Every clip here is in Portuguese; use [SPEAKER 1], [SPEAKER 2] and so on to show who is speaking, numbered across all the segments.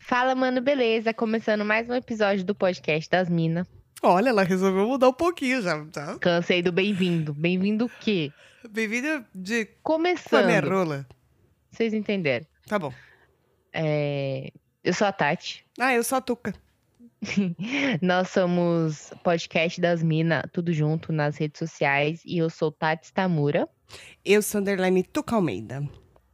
[SPEAKER 1] Fala, mano, beleza? Começando mais um episódio do podcast das Minas.
[SPEAKER 2] Olha, ela resolveu mudar um pouquinho já, tá?
[SPEAKER 1] Cansei do bem-vindo. Bem-vindo o quê?
[SPEAKER 2] Bem-vinda de
[SPEAKER 1] Começando.
[SPEAKER 2] Panerola.
[SPEAKER 1] Vocês entenderam.
[SPEAKER 2] Tá bom.
[SPEAKER 1] É, Eu sou a Tati.
[SPEAKER 2] Ah, eu sou a Tuca.
[SPEAKER 1] Nós somos podcast das Minas, tudo junto nas redes sociais. E eu sou Tati Tamura.
[SPEAKER 2] Eu sou underline Tuca Almeida.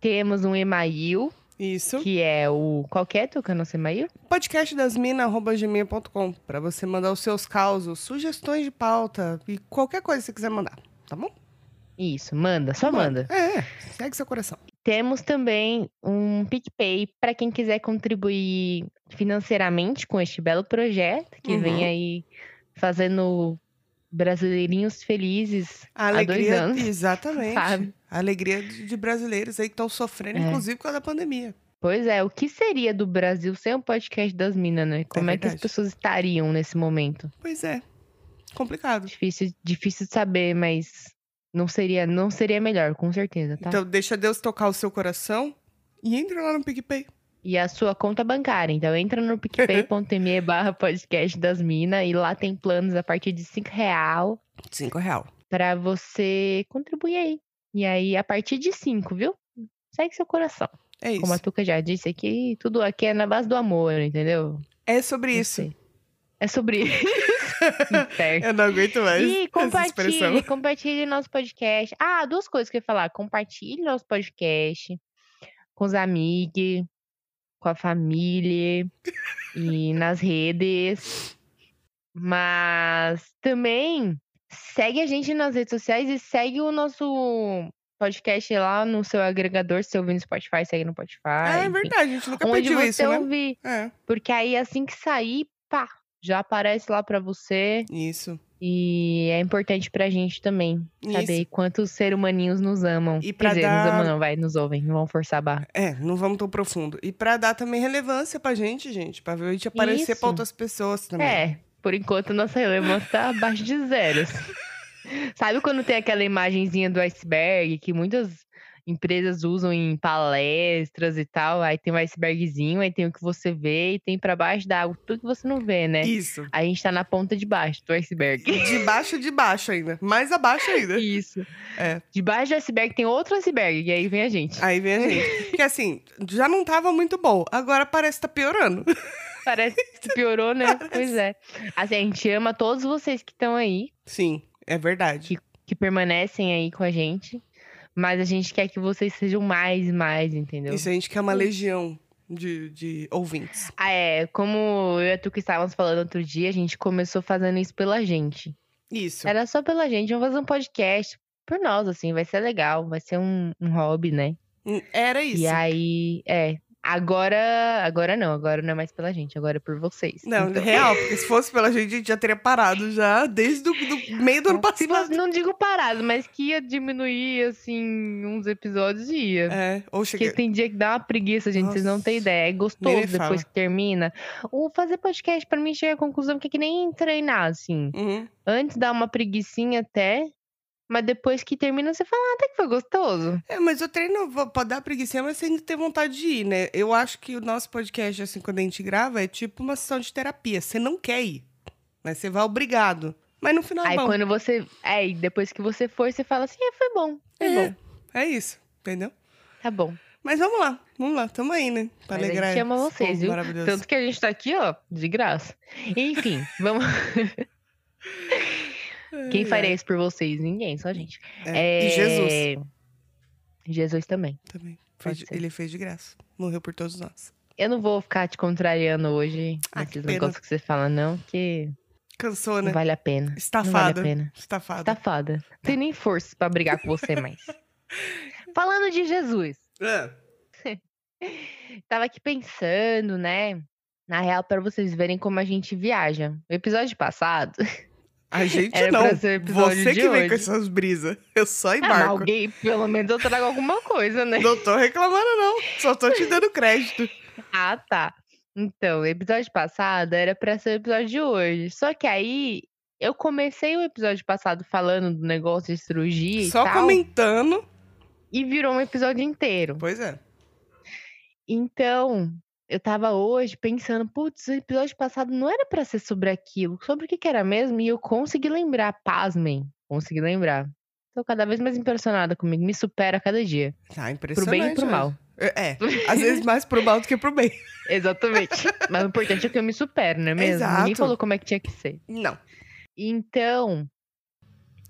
[SPEAKER 1] Temos um Email,
[SPEAKER 2] Isso.
[SPEAKER 1] que é o. Qual que é, Tuca, nosso Email?
[SPEAKER 2] Podcastdasmina.gmail.com pra você mandar os seus causos, sugestões de pauta e qualquer coisa que você quiser mandar, tá bom?
[SPEAKER 1] Isso, manda, só Então manda.
[SPEAKER 2] É, é. Segue seu coração.
[SPEAKER 1] Temos também um PicPay para quem quiser contribuir financeiramente com este belo projeto que vem
[SPEAKER 2] Uhum.
[SPEAKER 1] aí fazendo brasileirinhos felizes,
[SPEAKER 2] A
[SPEAKER 1] dois
[SPEAKER 2] alegria,
[SPEAKER 1] anos,
[SPEAKER 2] exatamente.
[SPEAKER 1] sabe?
[SPEAKER 2] A alegria de de brasileiros aí que estão sofrendo,
[SPEAKER 1] É.
[SPEAKER 2] inclusive por causa da pandemia.
[SPEAKER 1] Pois é, o que seria do Brasil sem o podcast das minas, né? Como é, que as
[SPEAKER 2] verdade.
[SPEAKER 1] pessoas estariam nesse momento?
[SPEAKER 2] Pois é. Complicado.
[SPEAKER 1] Difícil, difícil de saber, mas não seria, não seria melhor, com certeza, tá?
[SPEAKER 2] Então deixa Deus tocar o seu coração e entra lá no PicPay.
[SPEAKER 1] E a sua conta bancária. Então entra no picpay.me barra podcast das minas e lá tem planos a partir de 5 real.
[SPEAKER 2] Cinco real.
[SPEAKER 1] Pra você contribuir aí. E aí, a partir de cinco, viu? Segue seu coração.
[SPEAKER 2] É isso.
[SPEAKER 1] Como assim? a Tuca já disse aqui, tudo aqui é na base do amor, entendeu?
[SPEAKER 2] É sobre
[SPEAKER 1] Não
[SPEAKER 2] isso.
[SPEAKER 1] sei. É sobre isso. Inferno.
[SPEAKER 2] Eu não aguento mais
[SPEAKER 1] E
[SPEAKER 2] essa expressão.
[SPEAKER 1] compartilhe, compartilhe nosso podcast. Ah, duas coisas que eu ia falar. Compartilhe nosso podcast com os amigos, com a família e nas redes. Mas também segue a gente nas redes sociais e segue o nosso podcast lá no seu agregador, se você ouvir no Spotify, segue no Spotify.
[SPEAKER 2] É
[SPEAKER 1] enfim.
[SPEAKER 2] verdade, a gente nunca
[SPEAKER 1] Onde
[SPEAKER 2] pediu
[SPEAKER 1] você um
[SPEAKER 2] isso, né?
[SPEAKER 1] ouvir.
[SPEAKER 2] É,
[SPEAKER 1] Porque aí assim que sair, pá, já aparece lá pra você.
[SPEAKER 2] isso.
[SPEAKER 1] E é importante pra gente também saber
[SPEAKER 2] Isso.
[SPEAKER 1] quantos ser humaninhos nos amam. Quer
[SPEAKER 2] E pra
[SPEAKER 1] dizer, nos
[SPEAKER 2] dar-
[SPEAKER 1] amam não, vai, nos ouvem, não vão forçar a barra.
[SPEAKER 2] É, não vamos tão profundo. E pra dar também relevância pra gente, gente. Pra a gente aparecer
[SPEAKER 1] Isso.
[SPEAKER 2] pra outras pessoas também.
[SPEAKER 1] É, por enquanto nossa relevância tá abaixo de zeros. Sabe quando tem aquela imagenzinha do iceberg que muitas empresas usam em palestras e tal? Aí tem o icebergzinho, aí tem o que você vê e tem pra baixo da água tudo que você não vê, né?
[SPEAKER 2] Isso.
[SPEAKER 1] Aí a gente tá na ponta de baixo do iceberg.
[SPEAKER 2] De baixo de baixo ainda. Mais abaixo ainda.
[SPEAKER 1] Isso.
[SPEAKER 2] É.
[SPEAKER 1] Debaixo do iceberg tem outro iceberg, e aí vem a gente.
[SPEAKER 2] Aí vem a gente. Porque assim, já não tava muito bom. Agora parece que tá piorando.
[SPEAKER 1] Parece que piorou, né? Pois é. Assim, a gente ama todos vocês que estão aí,
[SPEAKER 2] Sim, é verdade.
[SPEAKER 1] que permanecem aí com a gente. Mas a gente quer que vocês sejam mais, mais, entendeu?
[SPEAKER 2] Isso é a gente quer
[SPEAKER 1] Hum.
[SPEAKER 2] uma legião de, de ouvintes.
[SPEAKER 1] Ah, é, como eu e a Tuca estávamos falando outro dia, a gente começou fazendo isso pela gente.
[SPEAKER 2] Isso.
[SPEAKER 1] Era só pela gente, vamos fazer um podcast por nós, assim, vai ser legal, vai ser um, um hobby, né?
[SPEAKER 2] Era isso.
[SPEAKER 1] E aí, é. Agora, agora não, agora não é mais pela gente, agora é por vocês.
[SPEAKER 2] Não,
[SPEAKER 1] Então-
[SPEAKER 2] real, porque se fosse pela gente, a gente já teria parado já desde o do meio do ano
[SPEAKER 1] Se
[SPEAKER 2] passado.
[SPEAKER 1] você, não digo parado, mas que ia diminuir, assim, uns episódios ia.
[SPEAKER 2] É, ou
[SPEAKER 1] Porque
[SPEAKER 2] cheguei.
[SPEAKER 1] tem dia que dá uma preguiça, gente, vocês não têm
[SPEAKER 2] Nossa,
[SPEAKER 1] ideia. É
[SPEAKER 2] nem
[SPEAKER 1] gostoso
[SPEAKER 2] me fala.
[SPEAKER 1] depois que termina. O fazer podcast, pra mim, chega à conclusão que é que nem treinar, assim.
[SPEAKER 2] Uhum.
[SPEAKER 1] Antes dá uma preguicinha até, mas depois que termina, você fala, ah, até que foi gostoso.
[SPEAKER 2] É, mas o treino vo- pode dar preguiça, mas sem ter vontade de ir, né? Eu acho que o nosso podcast, assim, quando a gente grava, é tipo uma sessão de terapia. Você não quer ir, mas você vai obrigado. Mas no final,
[SPEAKER 1] Aí
[SPEAKER 2] Tá bom.
[SPEAKER 1] quando você. É, e depois que você for, você fala assim, é, foi bom, foi
[SPEAKER 2] É.
[SPEAKER 1] bom,
[SPEAKER 2] É isso, entendeu?
[SPEAKER 1] tá bom.
[SPEAKER 2] Mas vamos lá, vamos lá, tamo aí, né? Pra
[SPEAKER 1] Mas a
[SPEAKER 2] alegrar
[SPEAKER 1] gente ama
[SPEAKER 2] esse
[SPEAKER 1] vocês,
[SPEAKER 2] povo
[SPEAKER 1] viu?
[SPEAKER 2] Maravilhoso.
[SPEAKER 1] Tanto que a gente tá aqui, ó, de graça. Enfim, vamos. Quem
[SPEAKER 2] Ai,
[SPEAKER 1] faria isso por vocês? Ninguém, só a gente.
[SPEAKER 2] ai. É, E Jesus
[SPEAKER 1] É, Jesus também.
[SPEAKER 2] também.
[SPEAKER 1] Pode
[SPEAKER 2] Fez de-
[SPEAKER 1] ser.
[SPEAKER 2] ele fez de graça. Morreu por todos nós.
[SPEAKER 1] Eu não vou ficar te contrariando hoje
[SPEAKER 2] Ah, que
[SPEAKER 1] nesses
[SPEAKER 2] pena.
[SPEAKER 1] negócios que você fala, não, que
[SPEAKER 2] Cansou,
[SPEAKER 1] não
[SPEAKER 2] né?
[SPEAKER 1] vale a pena. Não vale
[SPEAKER 2] Estafada.
[SPEAKER 1] a pena.
[SPEAKER 2] Estafada.
[SPEAKER 1] Estafada. Não tem nem força pra brigar com você mais. Falando de Jesus,
[SPEAKER 2] É.
[SPEAKER 1] tava aqui pensando, né? Na real, pra vocês verem como a gente viaja. O episódio passado.
[SPEAKER 2] A gente
[SPEAKER 1] Era
[SPEAKER 2] não.
[SPEAKER 1] É, pra ser o episódio
[SPEAKER 2] Você
[SPEAKER 1] de
[SPEAKER 2] que vem
[SPEAKER 1] hoje.
[SPEAKER 2] com essas brisas. Eu só
[SPEAKER 1] Ah, mas
[SPEAKER 2] embarco.
[SPEAKER 1] alguém, pelo menos eu trago alguma coisa, né?
[SPEAKER 2] não tô reclamando, não. Só tô te dando crédito.
[SPEAKER 1] Ah, tá. Então, o episódio passado era pra ser o episódio de hoje. Só que aí eu comecei o episódio passado falando do negócio de cirurgia
[SPEAKER 2] só
[SPEAKER 1] e tal,
[SPEAKER 2] comentando. é.
[SPEAKER 1] e virou um episódio inteiro.
[SPEAKER 2] Pois é.
[SPEAKER 1] Então, Eu tava hoje pensando, putz, o episódio passado não era pra ser sobre aquilo, sobre o que que era mesmo, e eu consegui lembrar, pasmem, consegui lembrar. Tô cada vez mais impressionada comigo, me supera a cada dia,
[SPEAKER 2] Tá
[SPEAKER 1] pro
[SPEAKER 2] impressionante.
[SPEAKER 1] bem e pro
[SPEAKER 2] né?
[SPEAKER 1] mal.
[SPEAKER 2] É, às vezes mais pro mal do que pro bem.
[SPEAKER 1] Exatamente. Mas o importante é que eu me supero, não é mesmo? Ninguém
[SPEAKER 2] Exato.
[SPEAKER 1] falou como é que tinha que ser.
[SPEAKER 2] Não.
[SPEAKER 1] Então,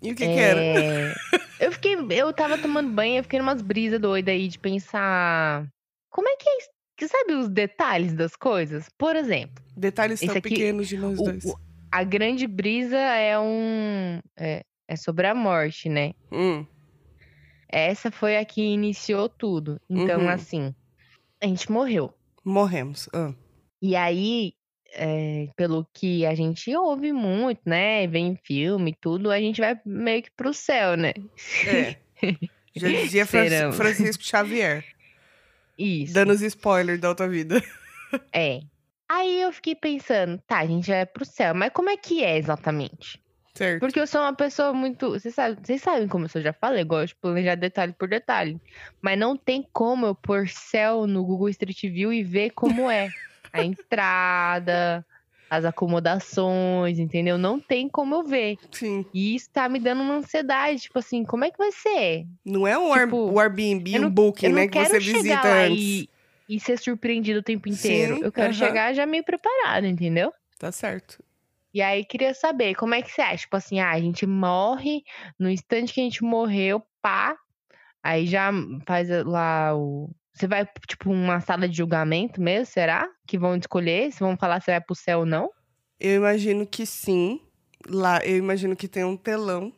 [SPEAKER 2] E o que que era?
[SPEAKER 1] É, Eu fiquei. Eu tava tomando banho, eu fiquei numas brisas doidas aí de pensar. Como é que é isso? Que Sabe os detalhes das coisas? Por exemplo,
[SPEAKER 2] Detalhes tão
[SPEAKER 1] esse aqui-
[SPEAKER 2] pequenos de nós
[SPEAKER 1] o-
[SPEAKER 2] dois.
[SPEAKER 1] o- a grande brisa é um. É, é sobre a morte, né?
[SPEAKER 2] Hum,
[SPEAKER 1] Essa foi a que iniciou tudo. Então,
[SPEAKER 2] Uhum.
[SPEAKER 1] assim, a gente morreu.
[SPEAKER 2] morremos. Ah,
[SPEAKER 1] E aí, é, pelo que a gente ouve muito, né? Vem em filme e tudo, a gente vai meio que pro céu, né?
[SPEAKER 2] é. Já dizia Fran-
[SPEAKER 1] Serão.
[SPEAKER 2] Francisco Xavier,
[SPEAKER 1] Isso.
[SPEAKER 2] dando os spoilers da outra vida.
[SPEAKER 1] É. Aí eu fiquei pensando, tá, a gente vai pro céu, mas como é que é exatamente?
[SPEAKER 2] Certo.
[SPEAKER 1] Porque eu sou uma pessoa muito. Vocês sabem, vocês sabem como eu sou, já falei, eu gosto de planejar detalhe por detalhe. Mas não tem como eu pôr céu no Google Street View e ver como é. A entrada, as acomodações, entendeu? Não tem como eu ver.
[SPEAKER 2] Sim.
[SPEAKER 1] E isso tá me dando uma ansiedade, tipo assim, como é que vai ser?
[SPEAKER 2] Não é um Air-
[SPEAKER 1] Tipo,
[SPEAKER 2] o Airbnb,
[SPEAKER 1] eu
[SPEAKER 2] um
[SPEAKER 1] não-
[SPEAKER 2] booking,
[SPEAKER 1] eu não
[SPEAKER 2] né? Que
[SPEAKER 1] quero
[SPEAKER 2] você
[SPEAKER 1] chegar
[SPEAKER 2] visita
[SPEAKER 1] lá
[SPEAKER 2] antes.
[SPEAKER 1] e, e ser surpreendido o tempo inteiro.
[SPEAKER 2] Sim,
[SPEAKER 1] eu quero
[SPEAKER 2] aham.
[SPEAKER 1] chegar já meio preparado, entendeu?
[SPEAKER 2] Tá certo.
[SPEAKER 1] E aí queria saber, como é que você acha? Tipo assim, ah, a gente morre no instante que a gente morreu, pá. Aí já faz lá o. Você vai, tipo, uma sala de julgamento mesmo, será? Que vão escolher se vão falar se vai pro céu ou não?
[SPEAKER 2] Eu imagino que sim. Lá, eu imagino que tem um telão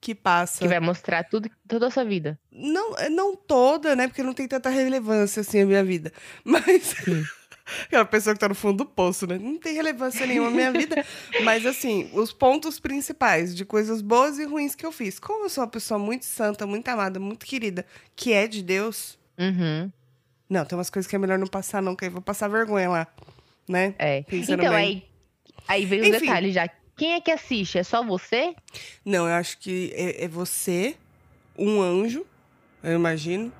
[SPEAKER 2] que passa.
[SPEAKER 1] Que vai mostrar tudo, toda a sua vida.
[SPEAKER 2] Não, é, não toda, né? Porque não tem tanta relevância assim a minha vida. Mas.
[SPEAKER 1] Sim.
[SPEAKER 2] Aquela pessoa que tá no fundo do poço, né? Não tem relevância nenhuma na minha vida. Mas, assim, os pontos principais de coisas boas e ruins que eu fiz. Como eu sou uma pessoa muito santa, muito amada, muito querida, que é de Deus.
[SPEAKER 1] Uhum.
[SPEAKER 2] Não, tem umas coisas que é melhor não passar, não, que aí eu vou passar vergonha lá. Né?
[SPEAKER 1] É.
[SPEAKER 2] Pensando
[SPEAKER 1] então,
[SPEAKER 2] bem.
[SPEAKER 1] aí. Aí vem os
[SPEAKER 2] Enfim.
[SPEAKER 1] detalhes já. Quem é que assiste? É só você?
[SPEAKER 2] Não, eu acho que é, é você, um anjo, eu imagino.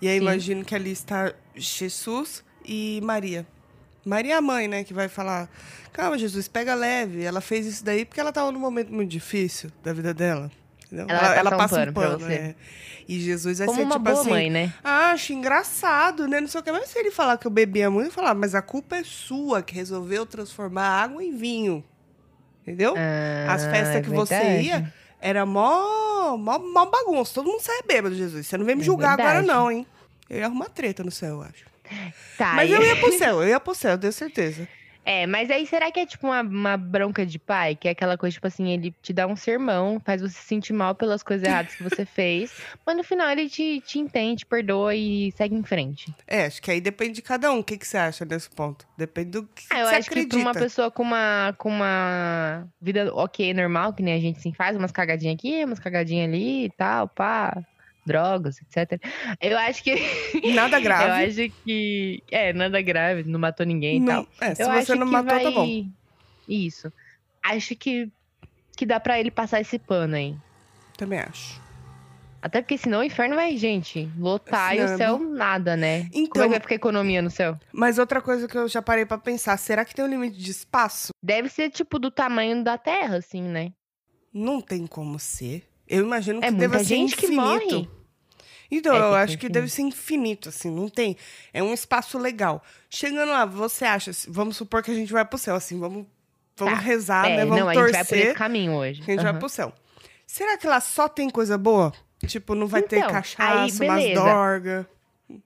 [SPEAKER 2] E aí eu
[SPEAKER 1] Sim.
[SPEAKER 2] imagino que ali está Jesus e Maria. Maria é a mãe, né, que vai falar: "Calma, Jesus, pega leve". Ela fez isso daí porque ela tava num momento muito difícil da vida dela. entendeu?
[SPEAKER 1] Ela vai passar um pano pra você.
[SPEAKER 2] é. E Jesus vai
[SPEAKER 1] Como
[SPEAKER 2] ser
[SPEAKER 1] uma
[SPEAKER 2] tipo
[SPEAKER 1] boa
[SPEAKER 2] assim:
[SPEAKER 1] mãe, né?
[SPEAKER 2] ah, acho engraçado, né? Não sei o que. Mas se ele falar que eu bebia muito, eu falar, mas a culpa é sua que resolveu transformar água em vinho. Entendeu? As
[SPEAKER 1] Ah,
[SPEAKER 2] festas
[SPEAKER 1] é
[SPEAKER 2] que você
[SPEAKER 1] verdade.
[SPEAKER 2] ia era mó, mó, mó bagunça. Todo mundo saia bêbado, Jesus. Você não vem me
[SPEAKER 1] É
[SPEAKER 2] julgar agora,
[SPEAKER 1] verdade.
[SPEAKER 2] não, hein? Eu ia arrumar treta no céu, eu acho.
[SPEAKER 1] Tá,
[SPEAKER 2] Mas
[SPEAKER 1] e-
[SPEAKER 2] eu ia pro céu, eu ia pro céu, eu tenho certeza.
[SPEAKER 1] É, mas aí será que é tipo uma, uma bronca de pai? Que é aquela coisa, tipo assim, ele te dá um sermão, faz você se sentir mal pelas coisas erradas que você fez, mas no final ele te, te entende, perdoa e segue em frente.
[SPEAKER 2] É, acho que aí depende de cada um. O que, que você acha nesse ponto? Depende do que,
[SPEAKER 1] Ah,
[SPEAKER 2] que
[SPEAKER 1] eu
[SPEAKER 2] você
[SPEAKER 1] acho que
[SPEAKER 2] acredita.
[SPEAKER 1] pra uma pessoa com uma, com uma vida ok, normal, que nem a gente assim, faz, umas cagadinhas aqui, umas cagadinhas ali e tal, pá, drogas, etc. Eu acho que.
[SPEAKER 2] Nada
[SPEAKER 1] Eu
[SPEAKER 2] grave.
[SPEAKER 1] acho que. É, nada grave, não matou ninguém e tal.
[SPEAKER 2] Não, é, se
[SPEAKER 1] Eu
[SPEAKER 2] você
[SPEAKER 1] acho
[SPEAKER 2] não
[SPEAKER 1] que
[SPEAKER 2] matou,
[SPEAKER 1] vai...
[SPEAKER 2] tá bom.
[SPEAKER 1] Isso. Acho que, que dá pra ele passar esse pano aí.
[SPEAKER 2] Também acho.
[SPEAKER 1] Até porque senão o inferno vai, gente, lotar e o
[SPEAKER 2] Senão-
[SPEAKER 1] céu nada, né? Como é
[SPEAKER 2] Então-
[SPEAKER 1] que vai ficar a economia no céu?
[SPEAKER 2] Mas outra coisa que eu já parei pra pensar, será que tem um limite de espaço?
[SPEAKER 1] Deve ser, tipo, do tamanho da Terra, assim, né?
[SPEAKER 2] Não tem como ser. Eu imagino que
[SPEAKER 1] É
[SPEAKER 2] deve
[SPEAKER 1] muita
[SPEAKER 2] ser
[SPEAKER 1] gente que
[SPEAKER 2] infinito.
[SPEAKER 1] morre.
[SPEAKER 2] Então,
[SPEAKER 1] É, tem
[SPEAKER 2] eu
[SPEAKER 1] que ser
[SPEAKER 2] acho que deve ser infinito, assim, não tem. É um espaço legal. Chegando lá, você acha, assim, vamos supor que a gente vai pro céu, assim, vamos, vamos
[SPEAKER 1] Tá.
[SPEAKER 2] rezar,
[SPEAKER 1] é,
[SPEAKER 2] né? Vamos
[SPEAKER 1] não, a gente vai
[SPEAKER 2] torcer
[SPEAKER 1] por esse caminho hoje.
[SPEAKER 2] que a gente vai
[SPEAKER 1] Aham.
[SPEAKER 2] pro céu. Será que lá só tem coisa boa? Tipo, não vai ter
[SPEAKER 1] Então, aí,
[SPEAKER 2] cachaça, umas
[SPEAKER 1] beleza.
[SPEAKER 2] dorga.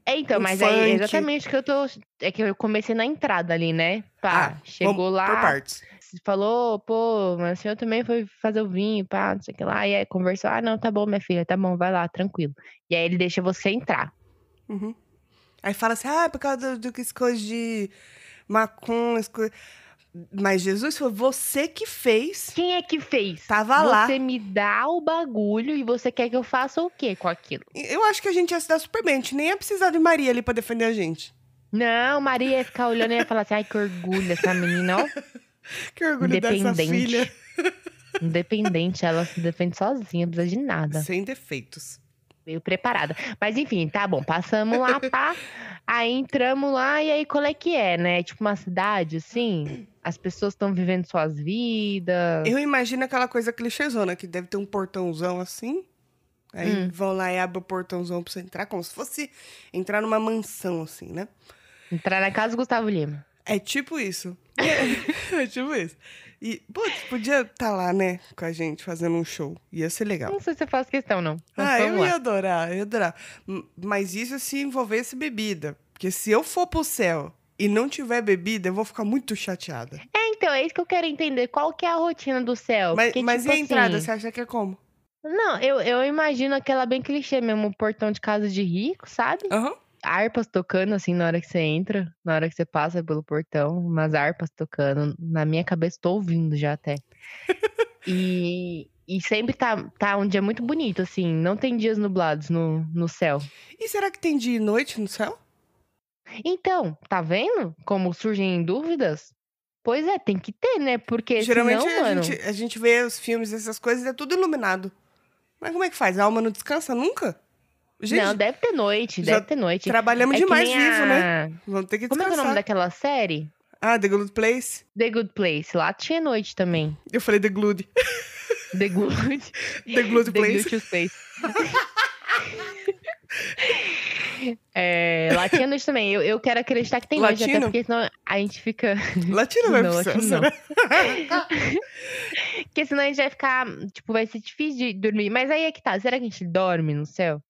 [SPEAKER 1] É, então,
[SPEAKER 2] um
[SPEAKER 1] mas aí,
[SPEAKER 2] funk.
[SPEAKER 1] exatamente o que eu tô... É que eu comecei na entrada ali, né? Pá,
[SPEAKER 2] Ah,
[SPEAKER 1] chegou
[SPEAKER 2] vamos
[SPEAKER 1] lá,
[SPEAKER 2] Por partes.
[SPEAKER 1] se falou, pô, mas o senhor também foi fazer o vinho, pá, não sei o que lá. E aí conversou, ah, não, tá bom, minha filha, tá bom, vai lá, tranquilo. E aí ele deixa você entrar.
[SPEAKER 2] Uhum. Aí fala assim, ah, é por causa do, do que escolhe de maconha, escolhe... Mas Jesus foi você que fez
[SPEAKER 1] Quem é que fez?
[SPEAKER 2] Tava lá.
[SPEAKER 1] Você me dá o bagulho e você quer que eu faça o quê com aquilo?
[SPEAKER 2] Eu acho que a gente ia se dar super bem. A gente nem ia precisar de Maria ali pra defender a gente.
[SPEAKER 1] Não, Maria ia ficar olhando e ia falar assim, ai, que orgulho essa menina, ó.
[SPEAKER 2] Que orgulho dessa filha.
[SPEAKER 1] Independente. Independente, ela se defende sozinha, não precisa de nada.
[SPEAKER 2] Sem defeitos.
[SPEAKER 1] Veio preparada. Mas enfim, tá bom. Passamos lá, pá. Aí entramos lá, e aí qual é que é, né? Tipo uma cidade, assim. As pessoas estão vivendo suas vidas.
[SPEAKER 2] Eu imagino aquela coisa clichêzona, que deve ter um portãozão assim. Aí
[SPEAKER 1] Hum.
[SPEAKER 2] vão lá e abrem o portãozão pra você entrar, como se fosse entrar numa mansão, assim, né?
[SPEAKER 1] Entrar na casa do Gustavo Lima.
[SPEAKER 2] É tipo isso. é tipo isso. E, putz, podia estar lá, né, com a gente, fazendo um show. Ia ser legal.
[SPEAKER 1] Não sei se eu faço questão, não. Mas
[SPEAKER 2] ah, eu
[SPEAKER 1] Então vamos lá.
[SPEAKER 2] ia adorar, eu ia adorar. M- Mas isso se envolvesse bebida. Porque se eu for pro céu e não tiver bebida, eu vou ficar muito chateada.
[SPEAKER 1] É, então, é isso que eu quero entender. Qual que é a rotina do céu?
[SPEAKER 2] mas
[SPEAKER 1] Porque,
[SPEAKER 2] mas
[SPEAKER 1] tipo
[SPEAKER 2] e a entrada,
[SPEAKER 1] assim,
[SPEAKER 2] você acha que é como?
[SPEAKER 1] Não, eu, eu imagino aquela bem clichê mesmo, o portão de casa de rico, sabe?
[SPEAKER 2] Aham.
[SPEAKER 1] Arpas tocando, assim, na hora que você entra, na hora que você passa pelo portão, umas harpas tocando. Na minha cabeça, tô ouvindo já até. E, e sempre tá, tá um dia muito bonito, assim. Não tem dias nublados no, no céu.
[SPEAKER 2] E será que tem dia e noite no céu?
[SPEAKER 1] Então, tá vendo como surgem dúvidas? Pois é, tem que ter, né? Porque
[SPEAKER 2] Geralmente
[SPEAKER 1] senão,
[SPEAKER 2] a,
[SPEAKER 1] mano...
[SPEAKER 2] gente, a gente vê os filmes, essas coisas, é tudo iluminado. Mas como é que faz? A alma não descansa nunca? Gente,
[SPEAKER 1] não, deve ter noite,
[SPEAKER 2] já
[SPEAKER 1] deve ter noite.
[SPEAKER 2] trabalhamos
[SPEAKER 1] É que
[SPEAKER 2] demais
[SPEAKER 1] nem
[SPEAKER 2] vivo, né?
[SPEAKER 1] a-
[SPEAKER 2] Vamos ter que
[SPEAKER 1] Como é
[SPEAKER 2] descansar.
[SPEAKER 1] que é o nome daquela série?
[SPEAKER 2] Ah, The Good Place?
[SPEAKER 1] The Good Place. Lá tinha noite também.
[SPEAKER 2] Eu falei The Glued.
[SPEAKER 1] The Good,
[SPEAKER 2] The Good Place.
[SPEAKER 1] Good Place. é, lá tinha noite também. Eu, eu quero acreditar que tem noite,
[SPEAKER 2] Latino? é
[SPEAKER 1] até porque senão a gente fica.
[SPEAKER 2] Latina vai pro
[SPEAKER 1] Não, acho
[SPEAKER 2] céu,
[SPEAKER 1] que não.
[SPEAKER 2] será?
[SPEAKER 1] Porque senão a gente vai ficar. Tipo, vai ser difícil de dormir. Mas aí é que tá. Será que a gente dorme no céu?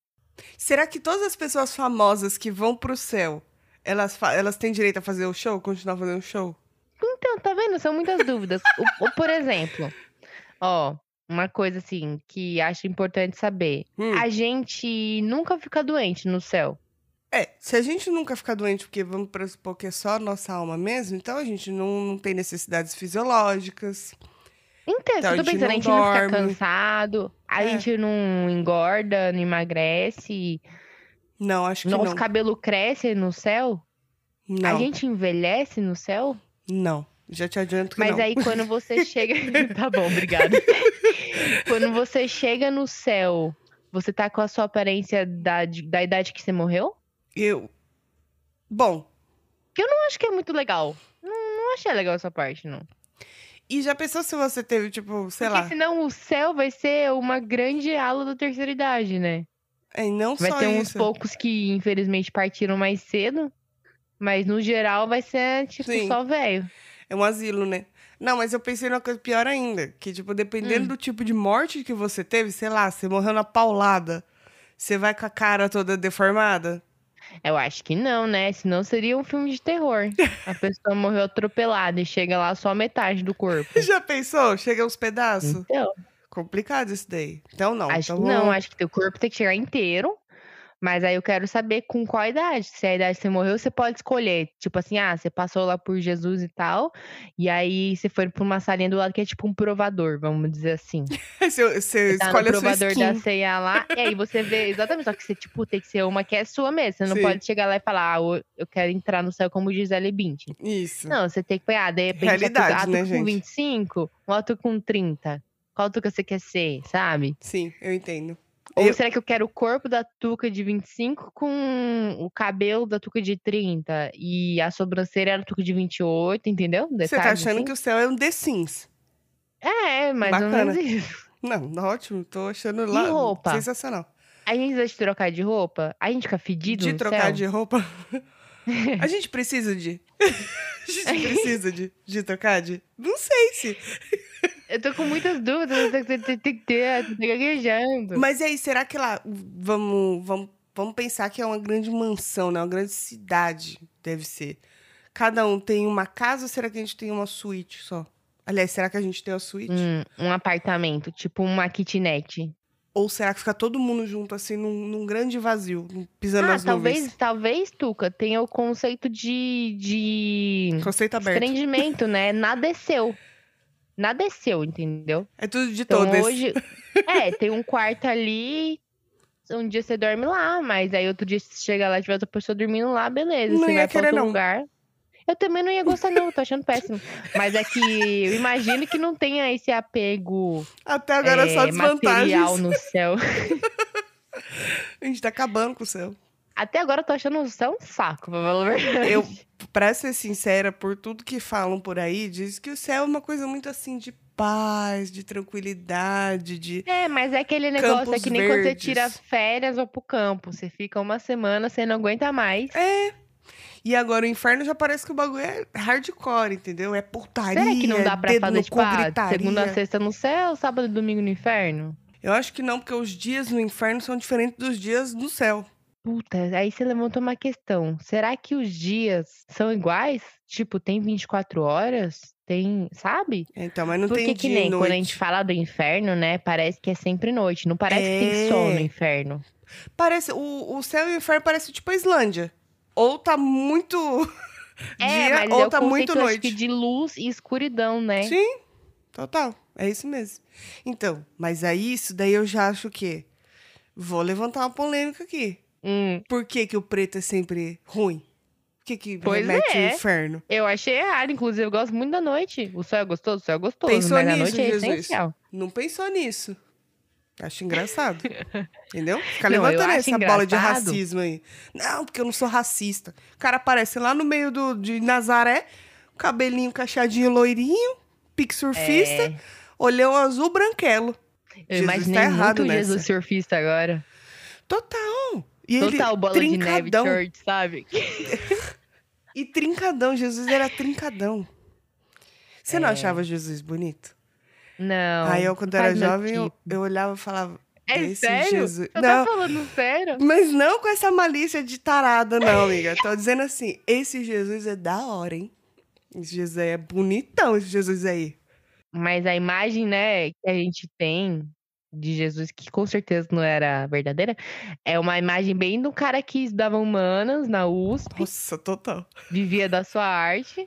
[SPEAKER 2] Será que todas as pessoas famosas que vão pro céu, elas, fa- elas têm direito a fazer o show? Continuar fazendo o show?
[SPEAKER 1] Então, tá vendo? São muitas dúvidas. O- o- por exemplo, ó, uma coisa assim que acho importante saber.
[SPEAKER 2] Hum.
[SPEAKER 1] A gente nunca fica doente no céu.
[SPEAKER 2] É, se a gente nunca ficar doente, porque vamos pressupor que é só a nossa alma mesmo, então a gente não, não tem necessidades fisiológicas.
[SPEAKER 1] Então,
[SPEAKER 2] Então,
[SPEAKER 1] eu
[SPEAKER 2] a
[SPEAKER 1] tô pensando,
[SPEAKER 2] gente não
[SPEAKER 1] a gente não fica
[SPEAKER 2] dorme.
[SPEAKER 1] cansado, a
[SPEAKER 2] É.
[SPEAKER 1] gente não engorda, não emagrece,
[SPEAKER 2] Não, acho que
[SPEAKER 1] nosso
[SPEAKER 2] não.
[SPEAKER 1] cabelo cresce no céu, a
[SPEAKER 2] Não,
[SPEAKER 1] gente envelhece no céu.
[SPEAKER 2] não. Já te adianto que
[SPEAKER 1] Mas
[SPEAKER 2] não.
[SPEAKER 1] aí quando você chega. tá bom, obrigada. quando você chega no céu, você tá com a sua aparência da, da idade que você morreu?
[SPEAKER 2] Eu... Bom,
[SPEAKER 1] Eu acho que é muito legal. Não, não achei legal essa parte, não.
[SPEAKER 2] e já pensou se você teve, tipo, sei
[SPEAKER 1] Porque
[SPEAKER 2] lá...
[SPEAKER 1] senão o céu vai ser uma grande ala da terceira idade, né?
[SPEAKER 2] É, e não
[SPEAKER 1] Vai
[SPEAKER 2] só
[SPEAKER 1] ter uns
[SPEAKER 2] isso.
[SPEAKER 1] poucos que, infelizmente, partiram mais cedo. Mas, no geral, vai ser, tipo,
[SPEAKER 2] Sim.
[SPEAKER 1] só velho.
[SPEAKER 2] É um asilo, né? Não, mas eu pensei numa coisa pior ainda. Que, tipo, dependendo
[SPEAKER 1] Hum.
[SPEAKER 2] do tipo de morte que você teve, sei lá, você morreu na paulada, você vai com a cara toda deformada.
[SPEAKER 1] Eu acho que não, né? Senão seria um filme de terror. A pessoa morreu atropelada e chega lá só a metade do corpo.
[SPEAKER 2] Já pensou? Chega uns pedaços.
[SPEAKER 1] Então,
[SPEAKER 2] Complicado isso daí. Então não.
[SPEAKER 1] acho que
[SPEAKER 2] então
[SPEAKER 1] não.
[SPEAKER 2] vamos-
[SPEAKER 1] Acho que teu corpo tem que chegar inteiro. Mas aí eu quero saber com qual idade. Se é a idade que você morreu, você pode escolher. Tipo assim, ah, você passou lá por Jesus e tal. E aí você foi pra uma salinha do lado que é tipo um provador, vamos dizer assim.
[SPEAKER 2] Você, você
[SPEAKER 1] Você tá
[SPEAKER 2] escolhe
[SPEAKER 1] no
[SPEAKER 2] a sua
[SPEAKER 1] provador
[SPEAKER 2] skin.
[SPEAKER 1] da ceia lá, É, e aí você vê exatamente, só que você, tipo, tem que ser uma que é sua mesmo. Você não
[SPEAKER 2] Sim.
[SPEAKER 1] pode chegar lá e falar, ah, eu- eu quero entrar no céu como Gisele Bündchen.
[SPEAKER 2] Isso.
[SPEAKER 1] Não, você tem que pegar, de repente,
[SPEAKER 2] Então Realidade,
[SPEAKER 1] ah, tu
[SPEAKER 2] né,
[SPEAKER 1] com
[SPEAKER 2] gente?
[SPEAKER 1] 25, ou tu um com 30. Qual tuca você quer ser, sabe?
[SPEAKER 2] Sim, eu entendo.
[SPEAKER 1] Ou
[SPEAKER 2] Eu-
[SPEAKER 1] será que eu quero o corpo da tuca de 25 com o cabelo da tuca de 30 e a sobrancelha da tuca de 28, entendeu? assim?"
[SPEAKER 2] Você tá achando que o céu é um The Sims.
[SPEAKER 1] É, mais
[SPEAKER 2] Bacana.
[SPEAKER 1] ou menos isso.
[SPEAKER 2] Não, ótimo. Tô achando lá.
[SPEAKER 1] roupa?
[SPEAKER 2] Sensacional.
[SPEAKER 1] A gente vai de trocar de roupa? A gente fica fedido
[SPEAKER 2] de
[SPEAKER 1] no
[SPEAKER 2] trocar
[SPEAKER 1] céu?
[SPEAKER 2] de roupa. A gente precisa de. A gente precisa de, de trocar de. Não sei se.
[SPEAKER 1] Eu tô com muitas dúvidas, é eu tô- tô- tô- tô- tô- tô tá gaguejando.
[SPEAKER 2] Mas e aí, será que lá. Vamos, vamos, vamos pensar que é uma grande mansão, né? Uma grande cidade, deve ser. Cada um tem uma casa ou será que a gente tem uma suíte só? Aliás, será que a gente tem uma suíte?
[SPEAKER 1] Um, um apartamento, tipo uma kitnet.
[SPEAKER 2] Ou será que fica todo mundo junto, assim, num, num grande vazio, num- pisando
[SPEAKER 1] ah,
[SPEAKER 2] nas nuvens?
[SPEAKER 1] talvez, talvez, Tuca, tenha o conceito de, de
[SPEAKER 2] Conceito aberto.
[SPEAKER 1] desprendimento, né? Nadeceu. Nadeceu, é entendeu?
[SPEAKER 2] É tudo de
[SPEAKER 1] Então
[SPEAKER 2] todas.
[SPEAKER 1] hoje. É, tem um quarto ali. Um dia você dorme lá, mas aí outro dia você chega lá e tiver outra pessoa dormindo lá, beleza.
[SPEAKER 2] Não
[SPEAKER 1] você
[SPEAKER 2] ia
[SPEAKER 1] vai pra
[SPEAKER 2] querer,
[SPEAKER 1] outro
[SPEAKER 2] não.
[SPEAKER 1] lugar. Eu também não ia gostar, não, tô achando péssimo. Mas é que eu imagino que não tenha esse apego
[SPEAKER 2] Até agora
[SPEAKER 1] é,
[SPEAKER 2] só desvantagens.
[SPEAKER 1] material no céu.
[SPEAKER 2] A gente tá acabando com o céu.
[SPEAKER 1] Até agora eu tô achando você um saco, pra falar a verdade.
[SPEAKER 2] Eu, pra ser sincera, por tudo que falam por aí, diz que o céu é uma coisa muito assim de paz, de tranquilidade, de.
[SPEAKER 1] É, mas é aquele negócio é
[SPEAKER 2] Campos
[SPEAKER 1] que nem quando você
[SPEAKER 2] verdes.
[SPEAKER 1] tira férias ou pro campo. Você fica uma semana, você não aguenta mais.
[SPEAKER 2] E agora o inferno já parece que o bagulho é hardcore, entendeu? É putaria.
[SPEAKER 1] Será que não dá pra
[SPEAKER 2] dedo
[SPEAKER 1] fazer,
[SPEAKER 2] no
[SPEAKER 1] tipo,
[SPEAKER 2] cu,
[SPEAKER 1] ah,
[SPEAKER 2] gritaria.
[SPEAKER 1] segunda a sexta no céu, sábado e domingo no inferno?
[SPEAKER 2] Eu acho que não, porque os dias no inferno são diferentes dos dias no céu.
[SPEAKER 1] Puta, aí você levantou uma questão. Será que os dias são iguais? Tipo, tem 24 horas? Tem, sabe?
[SPEAKER 2] Então, mas não
[SPEAKER 1] Porque
[SPEAKER 2] tem
[SPEAKER 1] que
[SPEAKER 2] dia e
[SPEAKER 1] nem
[SPEAKER 2] noite.
[SPEAKER 1] quando a gente fala do inferno, né? Parece que é sempre noite. Não parece que tem sol no
[SPEAKER 2] É.
[SPEAKER 1] inferno.
[SPEAKER 2] Parece, o, o céu e o inferno parece tipo a Islândia. Ou tá muito
[SPEAKER 1] É,
[SPEAKER 2] dia,
[SPEAKER 1] mas é
[SPEAKER 2] ou
[SPEAKER 1] o
[SPEAKER 2] tá
[SPEAKER 1] conceito,
[SPEAKER 2] muito
[SPEAKER 1] acho que,
[SPEAKER 2] noite.
[SPEAKER 1] de luz e escuridão, né?
[SPEAKER 2] Sim, total. É isso mesmo. Então, mas aí isso daí eu já acho que... Vou levantar uma polêmica aqui.
[SPEAKER 1] Hum,
[SPEAKER 2] Por que que o preto é sempre ruim? Por que que
[SPEAKER 1] Pois
[SPEAKER 2] remete
[SPEAKER 1] é.
[SPEAKER 2] ao inferno?
[SPEAKER 1] eu achei errado, inclusive, eu gosto muito da noite. O sol é gostoso, o sol é gostoso,
[SPEAKER 2] Pensou
[SPEAKER 1] mas a
[SPEAKER 2] nisso,
[SPEAKER 1] noite é
[SPEAKER 2] Jesus?
[SPEAKER 1] essencial.
[SPEAKER 2] Não pensou nisso. Acho engraçado. Entendeu? Ficar
[SPEAKER 1] Não, eu
[SPEAKER 2] levantando
[SPEAKER 1] acho
[SPEAKER 2] essa bola de
[SPEAKER 1] engraçado.
[SPEAKER 2] racismo aí. Não, porque eu não sou racista. O cara aparece lá no meio do, de Nazaré, cabelinho cacheadinho loirinho, pique surfista,
[SPEAKER 1] É,
[SPEAKER 2] olhão azul branquelo.
[SPEAKER 1] eu
[SPEAKER 2] Jesus
[SPEAKER 1] imaginei
[SPEAKER 2] tá errado
[SPEAKER 1] muito o Jesus
[SPEAKER 2] nessa.
[SPEAKER 1] surfista agora.
[SPEAKER 2] Total. E
[SPEAKER 1] Total
[SPEAKER 2] ele,
[SPEAKER 1] bola de neve,
[SPEAKER 2] trincadão.
[SPEAKER 1] church, sabe?
[SPEAKER 2] E trincadão. Jesus era trincadão. Você não
[SPEAKER 1] É.
[SPEAKER 2] achava Jesus bonito?
[SPEAKER 1] Não.
[SPEAKER 2] aí eu, quando
[SPEAKER 1] faz
[SPEAKER 2] era
[SPEAKER 1] meu
[SPEAKER 2] jovem, eu,
[SPEAKER 1] tipo.
[SPEAKER 2] eu olhava e falava...
[SPEAKER 1] É
[SPEAKER 2] "Esse
[SPEAKER 1] sério?
[SPEAKER 2] Jesus...
[SPEAKER 1] Você
[SPEAKER 2] Não,
[SPEAKER 1] tá falando sério?
[SPEAKER 2] Mas não com essa malícia de tarada, não, amiga. Tô dizendo assim, esse Jesus é da hora, hein? Esse Jesus aí é bonitão, esse Jesus aí.
[SPEAKER 1] Mas a imagem, né, que a gente tem de Jesus, que com certeza não era verdadeira, é uma imagem bem do cara que estudava humanas na USP.
[SPEAKER 2] Nossa, total.
[SPEAKER 1] vivia da sua arte,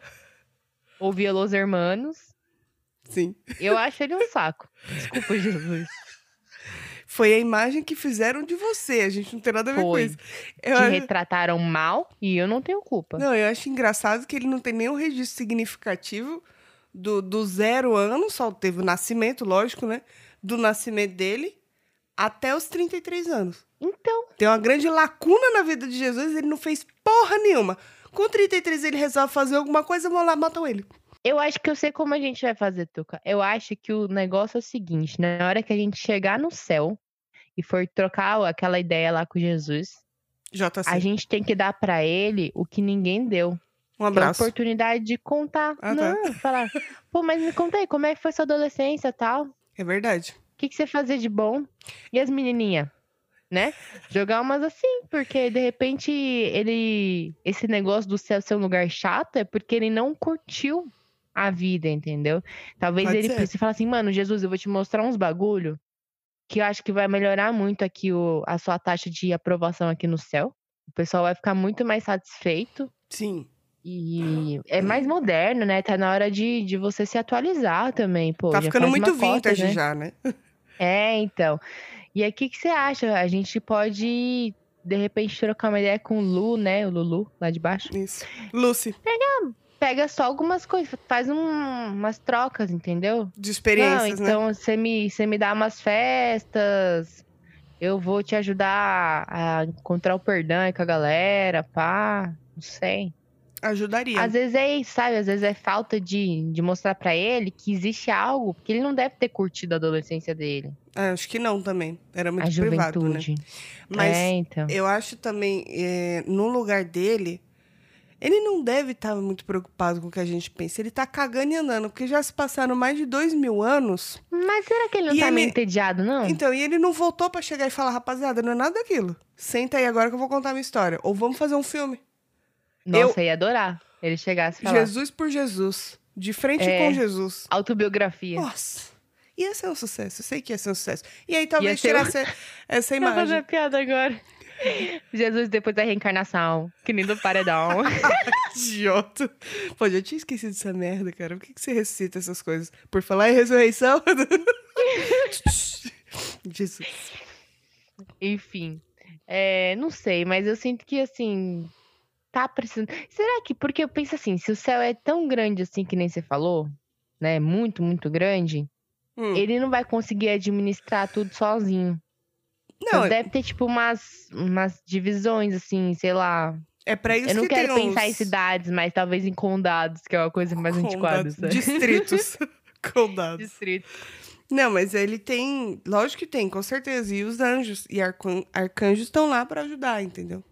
[SPEAKER 1] ouvia Los Hermanos.
[SPEAKER 2] Sim.
[SPEAKER 1] Eu acho ele um saco. Desculpa, Jesus.
[SPEAKER 2] Foi a imagem que fizeram de você, a gente não tem nada a ver com
[SPEAKER 1] Foi.
[SPEAKER 2] isso. Eu
[SPEAKER 1] Te
[SPEAKER 2] acho-
[SPEAKER 1] retrataram mal e eu não tenho culpa.
[SPEAKER 2] Não, eu acho engraçado que ele não tem nenhum registro significativo do, do zero ano, só teve o nascimento, lógico, né? Do nascimento dele até os 33 anos.
[SPEAKER 1] Então,
[SPEAKER 2] Tem uma grande lacuna na vida de Jesus, ele não fez porra nenhuma. Com 33 ele resolve fazer alguma coisa, vão lá, matam ele.
[SPEAKER 1] eu acho que eu sei como a gente vai fazer, Tuca. Eu acho que o negócio é o seguinte: na hora que a gente chegar no céu e for trocar aquela ideia lá com Jesus,
[SPEAKER 2] JC.
[SPEAKER 1] a gente tem que dar pra ele o que ninguém deu.
[SPEAKER 2] Assim. um
[SPEAKER 1] ter a
[SPEAKER 2] abraço.
[SPEAKER 1] oportunidade de contar.
[SPEAKER 2] Ah, tá.
[SPEAKER 1] não, falar. Pô, mas me conta aí, como é que foi sua adolescência e tal?
[SPEAKER 2] É verdade.
[SPEAKER 1] O que, que você fazia de bom? E as menininhas? Né? Jogar umas assim, porque de repente ele. Esse negócio do céu ser um lugar chato é porque ele não curtiu a vida, entendeu? Talvez
[SPEAKER 2] Pode
[SPEAKER 1] ele
[SPEAKER 2] ser.
[SPEAKER 1] precise falar assim, mano, Jesus, eu vou te mostrar uns bagulho que eu acho que vai melhorar muito aqui o, a sua taxa de aprovação aqui no céu. O pessoal vai ficar muito mais satisfeito.
[SPEAKER 2] Sim.
[SPEAKER 1] E é mais moderno, né? Tá na hora de, de você se atualizar também, pô.
[SPEAKER 2] tá
[SPEAKER 1] já
[SPEAKER 2] ficando
[SPEAKER 1] faz uma
[SPEAKER 2] muito
[SPEAKER 1] cota,
[SPEAKER 2] vintage
[SPEAKER 1] né?
[SPEAKER 2] já, né?
[SPEAKER 1] É, então. E aí, o que, que você acha? A gente pode, de repente, trocar uma ideia com o Lu, né? O Lulu, lá de baixo.
[SPEAKER 2] Isso. Lucy,
[SPEAKER 1] Pega só algumas coisas, faz um- umas trocas, entendeu?
[SPEAKER 2] de
[SPEAKER 1] Não,
[SPEAKER 2] experiências, né?
[SPEAKER 1] então você me, você me dá umas festas, eu vou te ajudar a encontrar o perdão aí com a galera, pá. Não sei.
[SPEAKER 2] Ajudaria.
[SPEAKER 1] então, Às vezes é isso, sabe? Às vezes é falta de, de mostrar pra ele que existe algo, porque ele não deve ter curtido a adolescência dele,
[SPEAKER 2] Ah, acho que não também. Era muito
[SPEAKER 1] a
[SPEAKER 2] privado, né?
[SPEAKER 1] juventude.
[SPEAKER 2] Mas
[SPEAKER 1] É, então.
[SPEAKER 2] eu acho também, é, no lugar dele, ele não deve estar muito preocupado com o que a gente pensa. Ele tá cagando e andando, porque já se passaram mais de dois mil anos.
[SPEAKER 1] Mas será que ele não
[SPEAKER 2] E
[SPEAKER 1] tá meio
[SPEAKER 2] ele-
[SPEAKER 1] entediado, não?
[SPEAKER 2] Então, e ele não voltou pra chegar e falar, rapaziada, não é nada daquilo. Senta aí agora que eu vou contar minha história. Ou vamos fazer um filme.
[SPEAKER 1] Nossa, eu ia adorar ele chegasse e falar.
[SPEAKER 2] Jesus por Jesus. De frente
[SPEAKER 1] Tá É.
[SPEAKER 2] com Jesus.
[SPEAKER 1] Autobiografia.
[SPEAKER 2] Nossa. Ia ser um sucesso. Eu sei que ia ser um sucesso. E aí talvez
[SPEAKER 1] Ia ser um-
[SPEAKER 2] tirasse essa
[SPEAKER 1] eu vou fazer
[SPEAKER 2] imagem.
[SPEAKER 1] piada agora. Jesus depois da reencarnação, que nem do paredão.
[SPEAKER 2] Idiota. Pô, já tinha esquecido dessa merda, cara. Por que, que você ressuscita essas coisas? Por falar em ressurreição? Jesus.
[SPEAKER 1] Enfim. É, não sei, mas eu sinto que assim. Tá precisando. Será que. Porque eu penso assim, se o céu é tão grande assim que nem você falou, né? Muito, muito grande,
[SPEAKER 2] Hum,
[SPEAKER 1] ele não vai conseguir administrar tudo sozinho.
[SPEAKER 2] Não,
[SPEAKER 1] Mas deve ter, tipo, umas, umas divisões, assim, sei lá.
[SPEAKER 2] é pra isso
[SPEAKER 1] eu não
[SPEAKER 2] que
[SPEAKER 1] quero
[SPEAKER 2] tem
[SPEAKER 1] pensar em
[SPEAKER 2] uns
[SPEAKER 1] cidades, mas talvez em condados, que é uma coisa mais antiquada,
[SPEAKER 2] condados-
[SPEAKER 1] sabe?
[SPEAKER 2] Distritos. Condados.
[SPEAKER 1] Distrito.
[SPEAKER 2] Não, mas ele tem. Lógico que tem, com certeza. E os anjos e arcan- arcanjos estão lá pra ajudar, entendeu?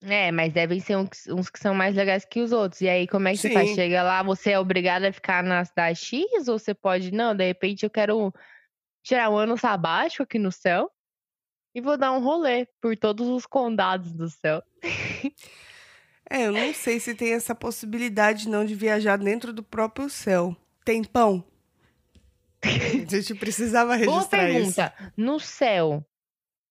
[SPEAKER 1] É, mas devem ser uns, uns que são mais legais que os outros. E aí, como é que você faz?
[SPEAKER 2] Sim.
[SPEAKER 1] Chega lá, você é obrigada a ficar na cidade X? Ou você pode, não, de repente eu quero tirar um ano sabático aqui no céu e vou dar um rolê por todos os condados do céu.
[SPEAKER 2] É, eu não sei se tem essa possibilidade não de viajar dentro do próprio céu. Tem pão? A gente precisava registrar
[SPEAKER 1] Boa pergunta. No céu,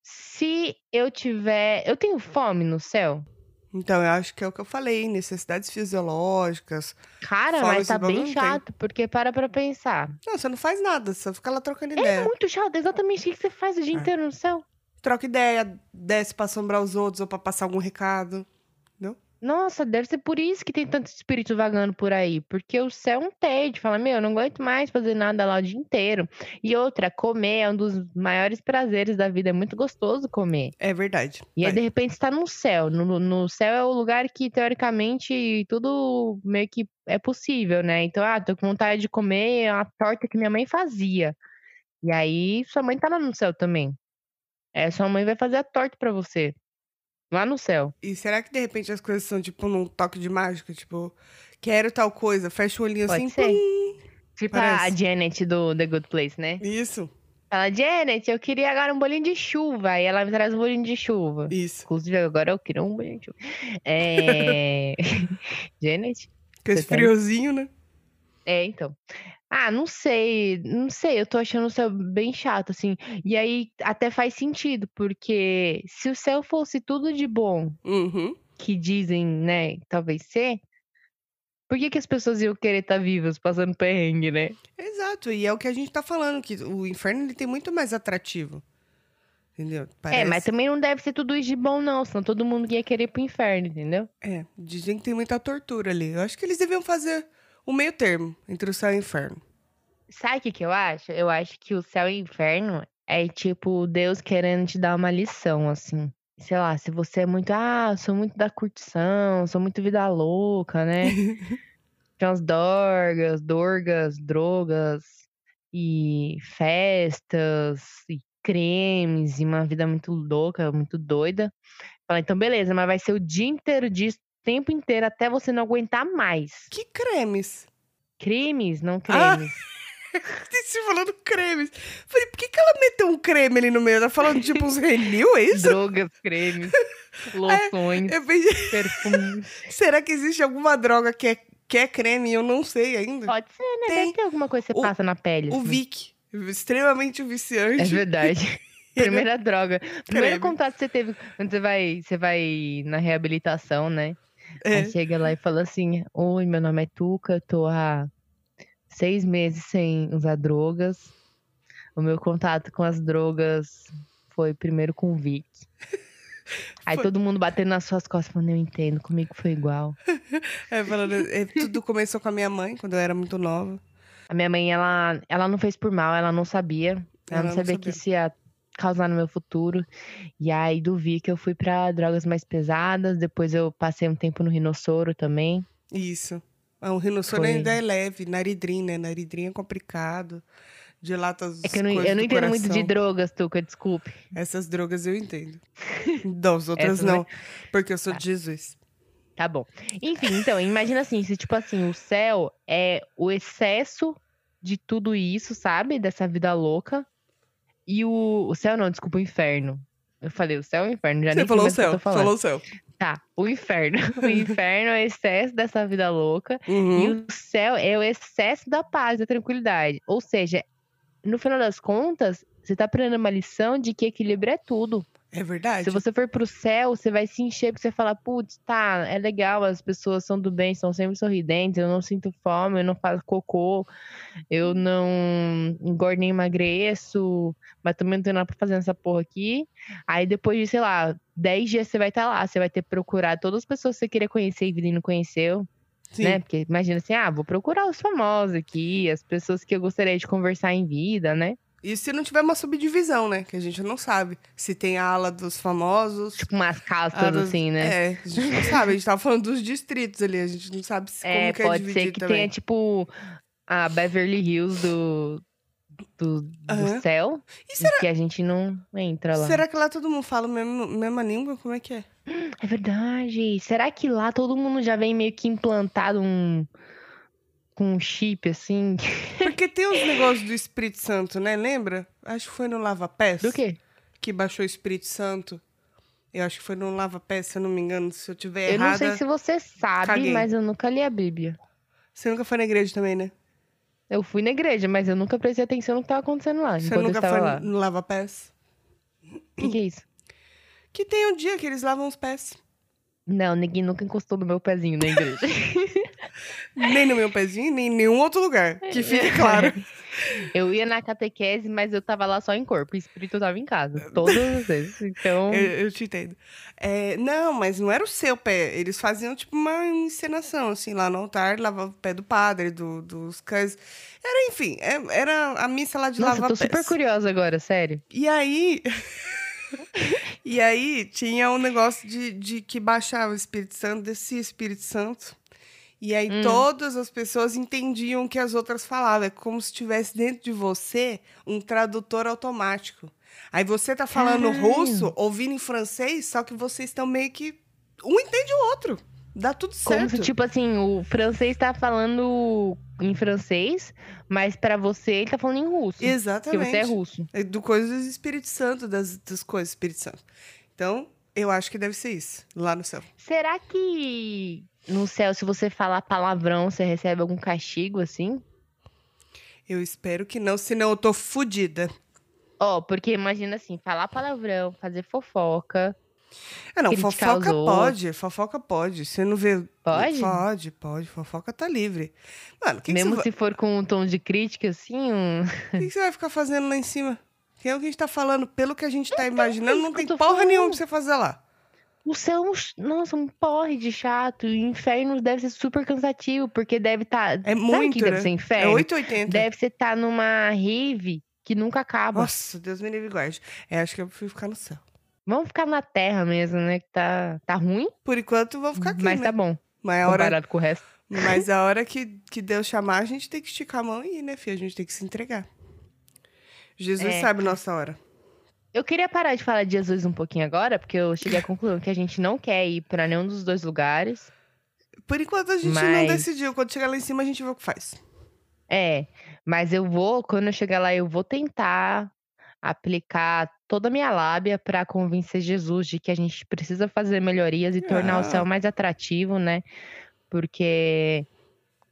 [SPEAKER 1] se eu tiver. Eu tenho fome no céu?
[SPEAKER 2] isso. Então, eu acho que é o que eu falei, necessidades fisiológicas.
[SPEAKER 1] Cara,
[SPEAKER 2] Fora
[SPEAKER 1] mas
[SPEAKER 2] esse
[SPEAKER 1] tá
[SPEAKER 2] bagulho,
[SPEAKER 1] bem
[SPEAKER 2] não tem.
[SPEAKER 1] chato, porque para pra pensar.
[SPEAKER 2] Não, você não faz nada, você fica lá trocando
[SPEAKER 1] É
[SPEAKER 2] ideia.
[SPEAKER 1] muito chato, exatamente o que que você faz o dia
[SPEAKER 2] né? É.
[SPEAKER 1] inteiro no céu.
[SPEAKER 2] Troca ideia, desce pra assombrar os outros ou pra passar algum recado.
[SPEAKER 1] Nossa, deve ser por isso que tem tanto espírito vagando por aí. Porque o céu é um tédio. Fala, meu, eu não aguento mais fazer nada lá o dia inteiro. E outra, comer é um dos maiores prazeres da vida. É muito gostoso comer.
[SPEAKER 2] É verdade.
[SPEAKER 1] E aí,
[SPEAKER 2] Vai.
[SPEAKER 1] de repente, está no céu. No, no céu é o lugar que, teoricamente, tudo meio que é possível, né? Então, ah, tô com vontade de comer é uma torta que minha mãe fazia. E aí, sua mãe tá lá no céu também. É, sua mãe vai fazer a torta pra você. Lá no céu.
[SPEAKER 2] E será que de repente as coisas são tipo num toque de mágica? Tipo, quero tal coisa, fecha o olhinho
[SPEAKER 1] Pode
[SPEAKER 2] assim.
[SPEAKER 1] ser.
[SPEAKER 2] plim.
[SPEAKER 1] Tipo a
[SPEAKER 2] Parece.
[SPEAKER 1] Janet do The Good Place, né?
[SPEAKER 2] Isso,
[SPEAKER 1] Fala, Janet, eu queria agora um bolinho de chuva. E ela me traz um bolinho de chuva.
[SPEAKER 2] isso.
[SPEAKER 1] Inclusive, agora eu queria um bolinho de chuva. É... Janet?
[SPEAKER 2] Com esse
[SPEAKER 1] Você tá-
[SPEAKER 2] friozinho, né?
[SPEAKER 1] É, então. Ah, não sei, não sei, eu tô achando o céu bem chato, assim. E aí até faz sentido, porque se o céu fosse tudo de bom,
[SPEAKER 2] Uhum.
[SPEAKER 1] que dizem, né, talvez ser, por que, que as pessoas iam querer estar vivas passando perrengue, né?
[SPEAKER 2] Exato, e é o que a gente tá falando, que o inferno ele tem muito mais atrativo. Entendeu?
[SPEAKER 1] É, mas
[SPEAKER 2] Parece-
[SPEAKER 1] também não deve ser tudo isso de bom, não, senão todo mundo ia querer ir pro inferno, entendeu?
[SPEAKER 2] É, dizem que tem muita tortura ali. Eu acho que eles deviam fazer o meio termo entre o céu e o inferno.
[SPEAKER 1] Sabe o que, que eu acho? Eu acho que o céu e o inferno é tipo Deus querendo te dar uma lição, assim. Sei lá, se você é muito, ah, sou muito da curtição, sou muito vida louca, né? Tinha umas dorgas, dorgas, drogas e festas e cremes e uma vida muito louca, muito doida. Fala, então beleza, mas vai ser o dia inteiro disso, o tempo inteiro, até você não aguentar mais.
[SPEAKER 2] Que cremes?
[SPEAKER 1] Cremes, não
[SPEAKER 2] Ah!
[SPEAKER 1] cremes.
[SPEAKER 2] Você tá falando cremes. Falei, por que, que ela meteu um creme ali no meio? Tá falando tipo uns renil, é isso? É.
[SPEAKER 1] Drogas, cremes, loções,
[SPEAKER 2] Eu pensei,
[SPEAKER 1] perfumes.
[SPEAKER 2] será que existe alguma droga que é, que é creme e eu não sei ainda?
[SPEAKER 1] Pode ser, né?
[SPEAKER 2] Tem.
[SPEAKER 1] Deve ter alguma coisa que você
[SPEAKER 2] O-
[SPEAKER 1] passa na pele.
[SPEAKER 2] O
[SPEAKER 1] assim.
[SPEAKER 2] Vic, extremamente
[SPEAKER 1] É
[SPEAKER 2] viciante.
[SPEAKER 1] verdade.
[SPEAKER 2] Ele-
[SPEAKER 1] Primeira droga.
[SPEAKER 2] Creme.
[SPEAKER 1] Primeiro contato que você teve quando você vai, você vai na reabilitação, né?
[SPEAKER 2] É.
[SPEAKER 1] Aí chega lá e fala assim: Oi, meu nome é Tuca, eu tô há seis meses sem usar drogas. O meu contato com as drogas foi primeiro com o Vic. Aí
[SPEAKER 2] Foi.
[SPEAKER 1] todo mundo batendo nas suas costas, falando, eu entendo, comigo foi igual.
[SPEAKER 2] É, falando, é, tudo começou com a minha mãe, quando eu era muito nova.
[SPEAKER 1] A minha mãe, ela, ela não fez por mal, ela não sabia. Ela, Ah, não sabia que isso ia causar no meu futuro. E aí, do Vic, eu fui pra drogas mais pesadas. Depois, eu passei um tempo no Rinossoro também.
[SPEAKER 2] Isso. É um rinossoro
[SPEAKER 1] Foi.
[SPEAKER 2] ainda é leve, naridrim, né? Naridrim é complicado. Dilata as
[SPEAKER 1] É que eu não,
[SPEAKER 2] coisas
[SPEAKER 1] eu não
[SPEAKER 2] do
[SPEAKER 1] entendo muito de
[SPEAKER 2] coração.
[SPEAKER 1] drogas, Tuca, desculpe.
[SPEAKER 2] Essas drogas eu entendo. Não, as outras
[SPEAKER 1] Essas, né?
[SPEAKER 2] não. Porque eu sou de Jesus.
[SPEAKER 1] Tá bom. Enfim, então, imagina assim: se, tipo assim, o céu é o excesso de tudo isso, sabe? Dessa vida louca. E o. O céu não, desculpa, o inferno. Eu falei, o céu é o inferno, já
[SPEAKER 2] Você
[SPEAKER 1] nem sei
[SPEAKER 2] falou o
[SPEAKER 1] mais o que eu
[SPEAKER 2] céu,
[SPEAKER 1] tô falando.
[SPEAKER 2] falou o céu.
[SPEAKER 1] Tá, o inferno. O inferno é o excesso dessa vida louca. E
[SPEAKER 2] Uhum.
[SPEAKER 1] o céu é o excesso da paz, da tranquilidade. Ou seja, no final das contas, você tá aprendendo uma lição de que equilíbrio é tudo.
[SPEAKER 2] É verdade.
[SPEAKER 1] Se você for pro céu, você vai se encher, porque você fala, putz, tá, é legal, as pessoas são do bem, são sempre sorridentes, eu não sinto fome, eu não faço cocô,
[SPEAKER 2] Uhum.
[SPEAKER 1] eu não engordo nem emagreço, mas também não tenho nada pra fazer nessa porra aqui. Aí depois de, sei lá, 10 dias você vai estar lá, você vai ter procurado todas as pessoas que você queria conhecer e não conheceu
[SPEAKER 2] Sim.
[SPEAKER 1] né? Porque imagina assim, ah, vou procurar os famosos aqui, as pessoas que eu gostaria de conversar em vida, né?
[SPEAKER 2] E se não tiver uma subdivisão, né? Que a gente não sabe. Se tem a ala dos famosos.
[SPEAKER 1] Tipo umas castas,
[SPEAKER 2] ala dos-
[SPEAKER 1] assim, né?
[SPEAKER 2] É, a gente não sabe. A gente tava falando dos distritos ali. A gente não sabe se- como
[SPEAKER 1] É,
[SPEAKER 2] que é
[SPEAKER 1] pode ser
[SPEAKER 2] dividido
[SPEAKER 1] que
[SPEAKER 2] também.
[SPEAKER 1] tenha, tipo, a Beverly Hills do, do, do
[SPEAKER 2] Aham.
[SPEAKER 1] céu.
[SPEAKER 2] E
[SPEAKER 1] Que a gente não entra lá.
[SPEAKER 2] Será que lá todo mundo fala a mesma, mesma língua? Como é que é?
[SPEAKER 1] É verdade. Será que lá todo mundo já vem meio que implantado um. com um chip, assim?
[SPEAKER 2] Porque tem os negócios do Espírito Santo, né? Lembra? Acho que foi no Lava Pés.
[SPEAKER 1] Do quê?
[SPEAKER 2] Que baixou o Espírito Santo. Eu acho que foi no Lava Pés, se eu não me engano. Se eu tiver
[SPEAKER 1] Eu
[SPEAKER 2] errada.
[SPEAKER 1] não sei se você sabe,
[SPEAKER 2] caguei.
[SPEAKER 1] mas eu nunca li a Bíblia.
[SPEAKER 2] Você nunca foi na igreja também, né?
[SPEAKER 1] Eu fui na igreja, mas eu nunca prestei atenção no que tava acontecendo lá.
[SPEAKER 2] Você
[SPEAKER 1] Ah, enquanto eu
[SPEAKER 2] nunca
[SPEAKER 1] estava
[SPEAKER 2] foi
[SPEAKER 1] lá.
[SPEAKER 2] no Lava Pés?
[SPEAKER 1] O que, que é isso?
[SPEAKER 2] Que tem um dia que eles lavam os pés.
[SPEAKER 1] Não, ninguém nunca encostou no meu pezinho na igreja.
[SPEAKER 2] Nem no meu pezinho, nem em nenhum outro lugar.
[SPEAKER 1] É.
[SPEAKER 2] Que fique claro.
[SPEAKER 1] eu ia na catequese, mas eu tava lá só em corpo. O espírito eu tava em casa. Todas as vezes. Então.
[SPEAKER 2] Eu, eu te entendo. É, não, mas não era o seu pé. Eles faziam tipo uma encenação, assim, lá no altar, lavava o pé do padre, do- dos cães. Era, enfim, é- era a missa lá de
[SPEAKER 1] Nossa, eu
[SPEAKER 2] lavar
[SPEAKER 1] tô
[SPEAKER 2] pés.
[SPEAKER 1] super curiosa agora, sério.
[SPEAKER 2] E aí. e aí tinha um negócio de, de que baixava o Espírito Santo, descia o Espírito Santo. E aí
[SPEAKER 1] Hum.
[SPEAKER 2] todas as pessoas entendiam o que as outras falavam. É como se tivesse dentro de você um tradutor automático. Aí você tá falando
[SPEAKER 1] Caralho.
[SPEAKER 2] russo, ouvindo em francês, só que vocês estão meio que. Um entende o outro. Dá tudo
[SPEAKER 1] Como
[SPEAKER 2] certo.
[SPEAKER 1] se, tipo assim, o francês tá falando em francês, mas pra você ele tá falando em russo. Porque
[SPEAKER 2] Exatamente.
[SPEAKER 1] você é russo.
[SPEAKER 2] É do coisa do Espírito Santo, das, das coisas do Espírito Santo. Então, eu acho que deve ser isso, lá no céu.
[SPEAKER 1] Será que no céu, se você falar palavrão, você recebe algum castigo assim?
[SPEAKER 2] Eu espero que não, senão eu tô fodida.
[SPEAKER 1] Ó, porque imagina assim, falar palavrão, fazer fofoca.
[SPEAKER 2] Ah, não,
[SPEAKER 1] Criticar os
[SPEAKER 2] fofoca
[SPEAKER 1] outros.
[SPEAKER 2] pode, fofoca pode. Você não vê.
[SPEAKER 1] Pode?
[SPEAKER 2] Pode, pode. Fofoca tá livre. Mano, o que, que, você,
[SPEAKER 1] mesmo
[SPEAKER 2] va-
[SPEAKER 1] se for com um tom de crítica, assim, um...
[SPEAKER 2] que que você vai ficar fazendo lá em cima? Que é o que a gente tá falando, pelo que a gente tá imaginando,
[SPEAKER 1] isso
[SPEAKER 2] não
[SPEAKER 1] que
[SPEAKER 2] tem
[SPEAKER 1] Então, eu tô
[SPEAKER 2] porra nenhuma
[SPEAKER 1] falando.
[SPEAKER 2] pra você fazer lá.
[SPEAKER 1] O céu, é um ch- nossa, um porre de chato. E o inferno deve ser super cansativo, porque deve estar. Tá...
[SPEAKER 2] É
[SPEAKER 1] Sabe o
[SPEAKER 2] muito,
[SPEAKER 1] que deve
[SPEAKER 2] né?
[SPEAKER 1] ser
[SPEAKER 2] É
[SPEAKER 1] inferno?
[SPEAKER 2] 880.
[SPEAKER 1] Deve ser estar numa rave que nunca acaba.
[SPEAKER 2] Nossa, Deus me livre e guarde. É, acho que eu prefiro ficar no céu.
[SPEAKER 1] Vamos ficar na terra mesmo, né? Que tá, tá ruim,
[SPEAKER 2] Por enquanto, vamos ficar aqui,
[SPEAKER 1] mas
[SPEAKER 2] né?
[SPEAKER 1] tá bom.
[SPEAKER 2] Mas a hora,
[SPEAKER 1] Comparado com o resto.
[SPEAKER 2] mas a hora que, que Deus chamar, a gente tem que esticar a mão e ir, né, filha? A gente tem que se entregar. Jesus
[SPEAKER 1] É.
[SPEAKER 2] sabe nossa hora.
[SPEAKER 1] Eu queria parar de falar de Jesus um pouquinho agora, porque eu cheguei à conclusão que a gente não quer ir pra nenhum dos dois lugares.
[SPEAKER 2] Por enquanto a gente não
[SPEAKER 1] Mas-
[SPEAKER 2] decidiu. Quando chegar lá em cima, a gente vê o que faz.
[SPEAKER 1] É, mas eu vou, quando eu chegar lá, eu vou tentar aplicar toda a minha lábia pra convencer Jesus de que a gente precisa fazer melhorias e tornar o
[SPEAKER 2] Ah.
[SPEAKER 1] céu mais atrativo, né? Porque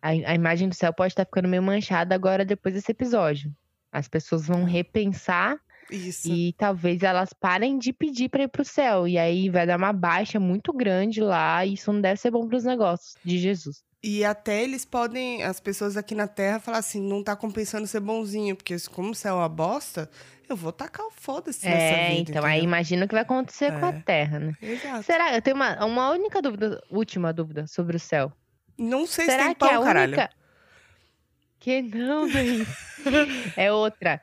[SPEAKER 1] a, a imagem do céu pode estar ficando meio manchada agora depois desse episódio. As pessoas
[SPEAKER 2] É.
[SPEAKER 1] vão repensar
[SPEAKER 2] Isso.
[SPEAKER 1] e talvez elas parem de pedir pra ir pro céu. E aí vai dar uma baixa muito grande lá, e isso não deve ser bom pros negócios de Jesus.
[SPEAKER 2] E até eles podem, as pessoas aqui na Terra, falar assim: não tá compensando ser bonzinho, porque como o céu é uma bosta, eu vou tacar o foda-se nessa
[SPEAKER 1] É,
[SPEAKER 2] vida.
[SPEAKER 1] então aí
[SPEAKER 2] entendeu?
[SPEAKER 1] imagina o que vai acontecer com a
[SPEAKER 2] É.
[SPEAKER 1] Terra, né?
[SPEAKER 2] Exato.
[SPEAKER 1] Será? Eu tenho uma, uma única dúvida, última dúvida sobre o céu.
[SPEAKER 2] Não sei se
[SPEAKER 1] Será
[SPEAKER 2] tem
[SPEAKER 1] que é
[SPEAKER 2] pau,
[SPEAKER 1] a
[SPEAKER 2] caralho.
[SPEAKER 1] única. Que não, Dani. é outra.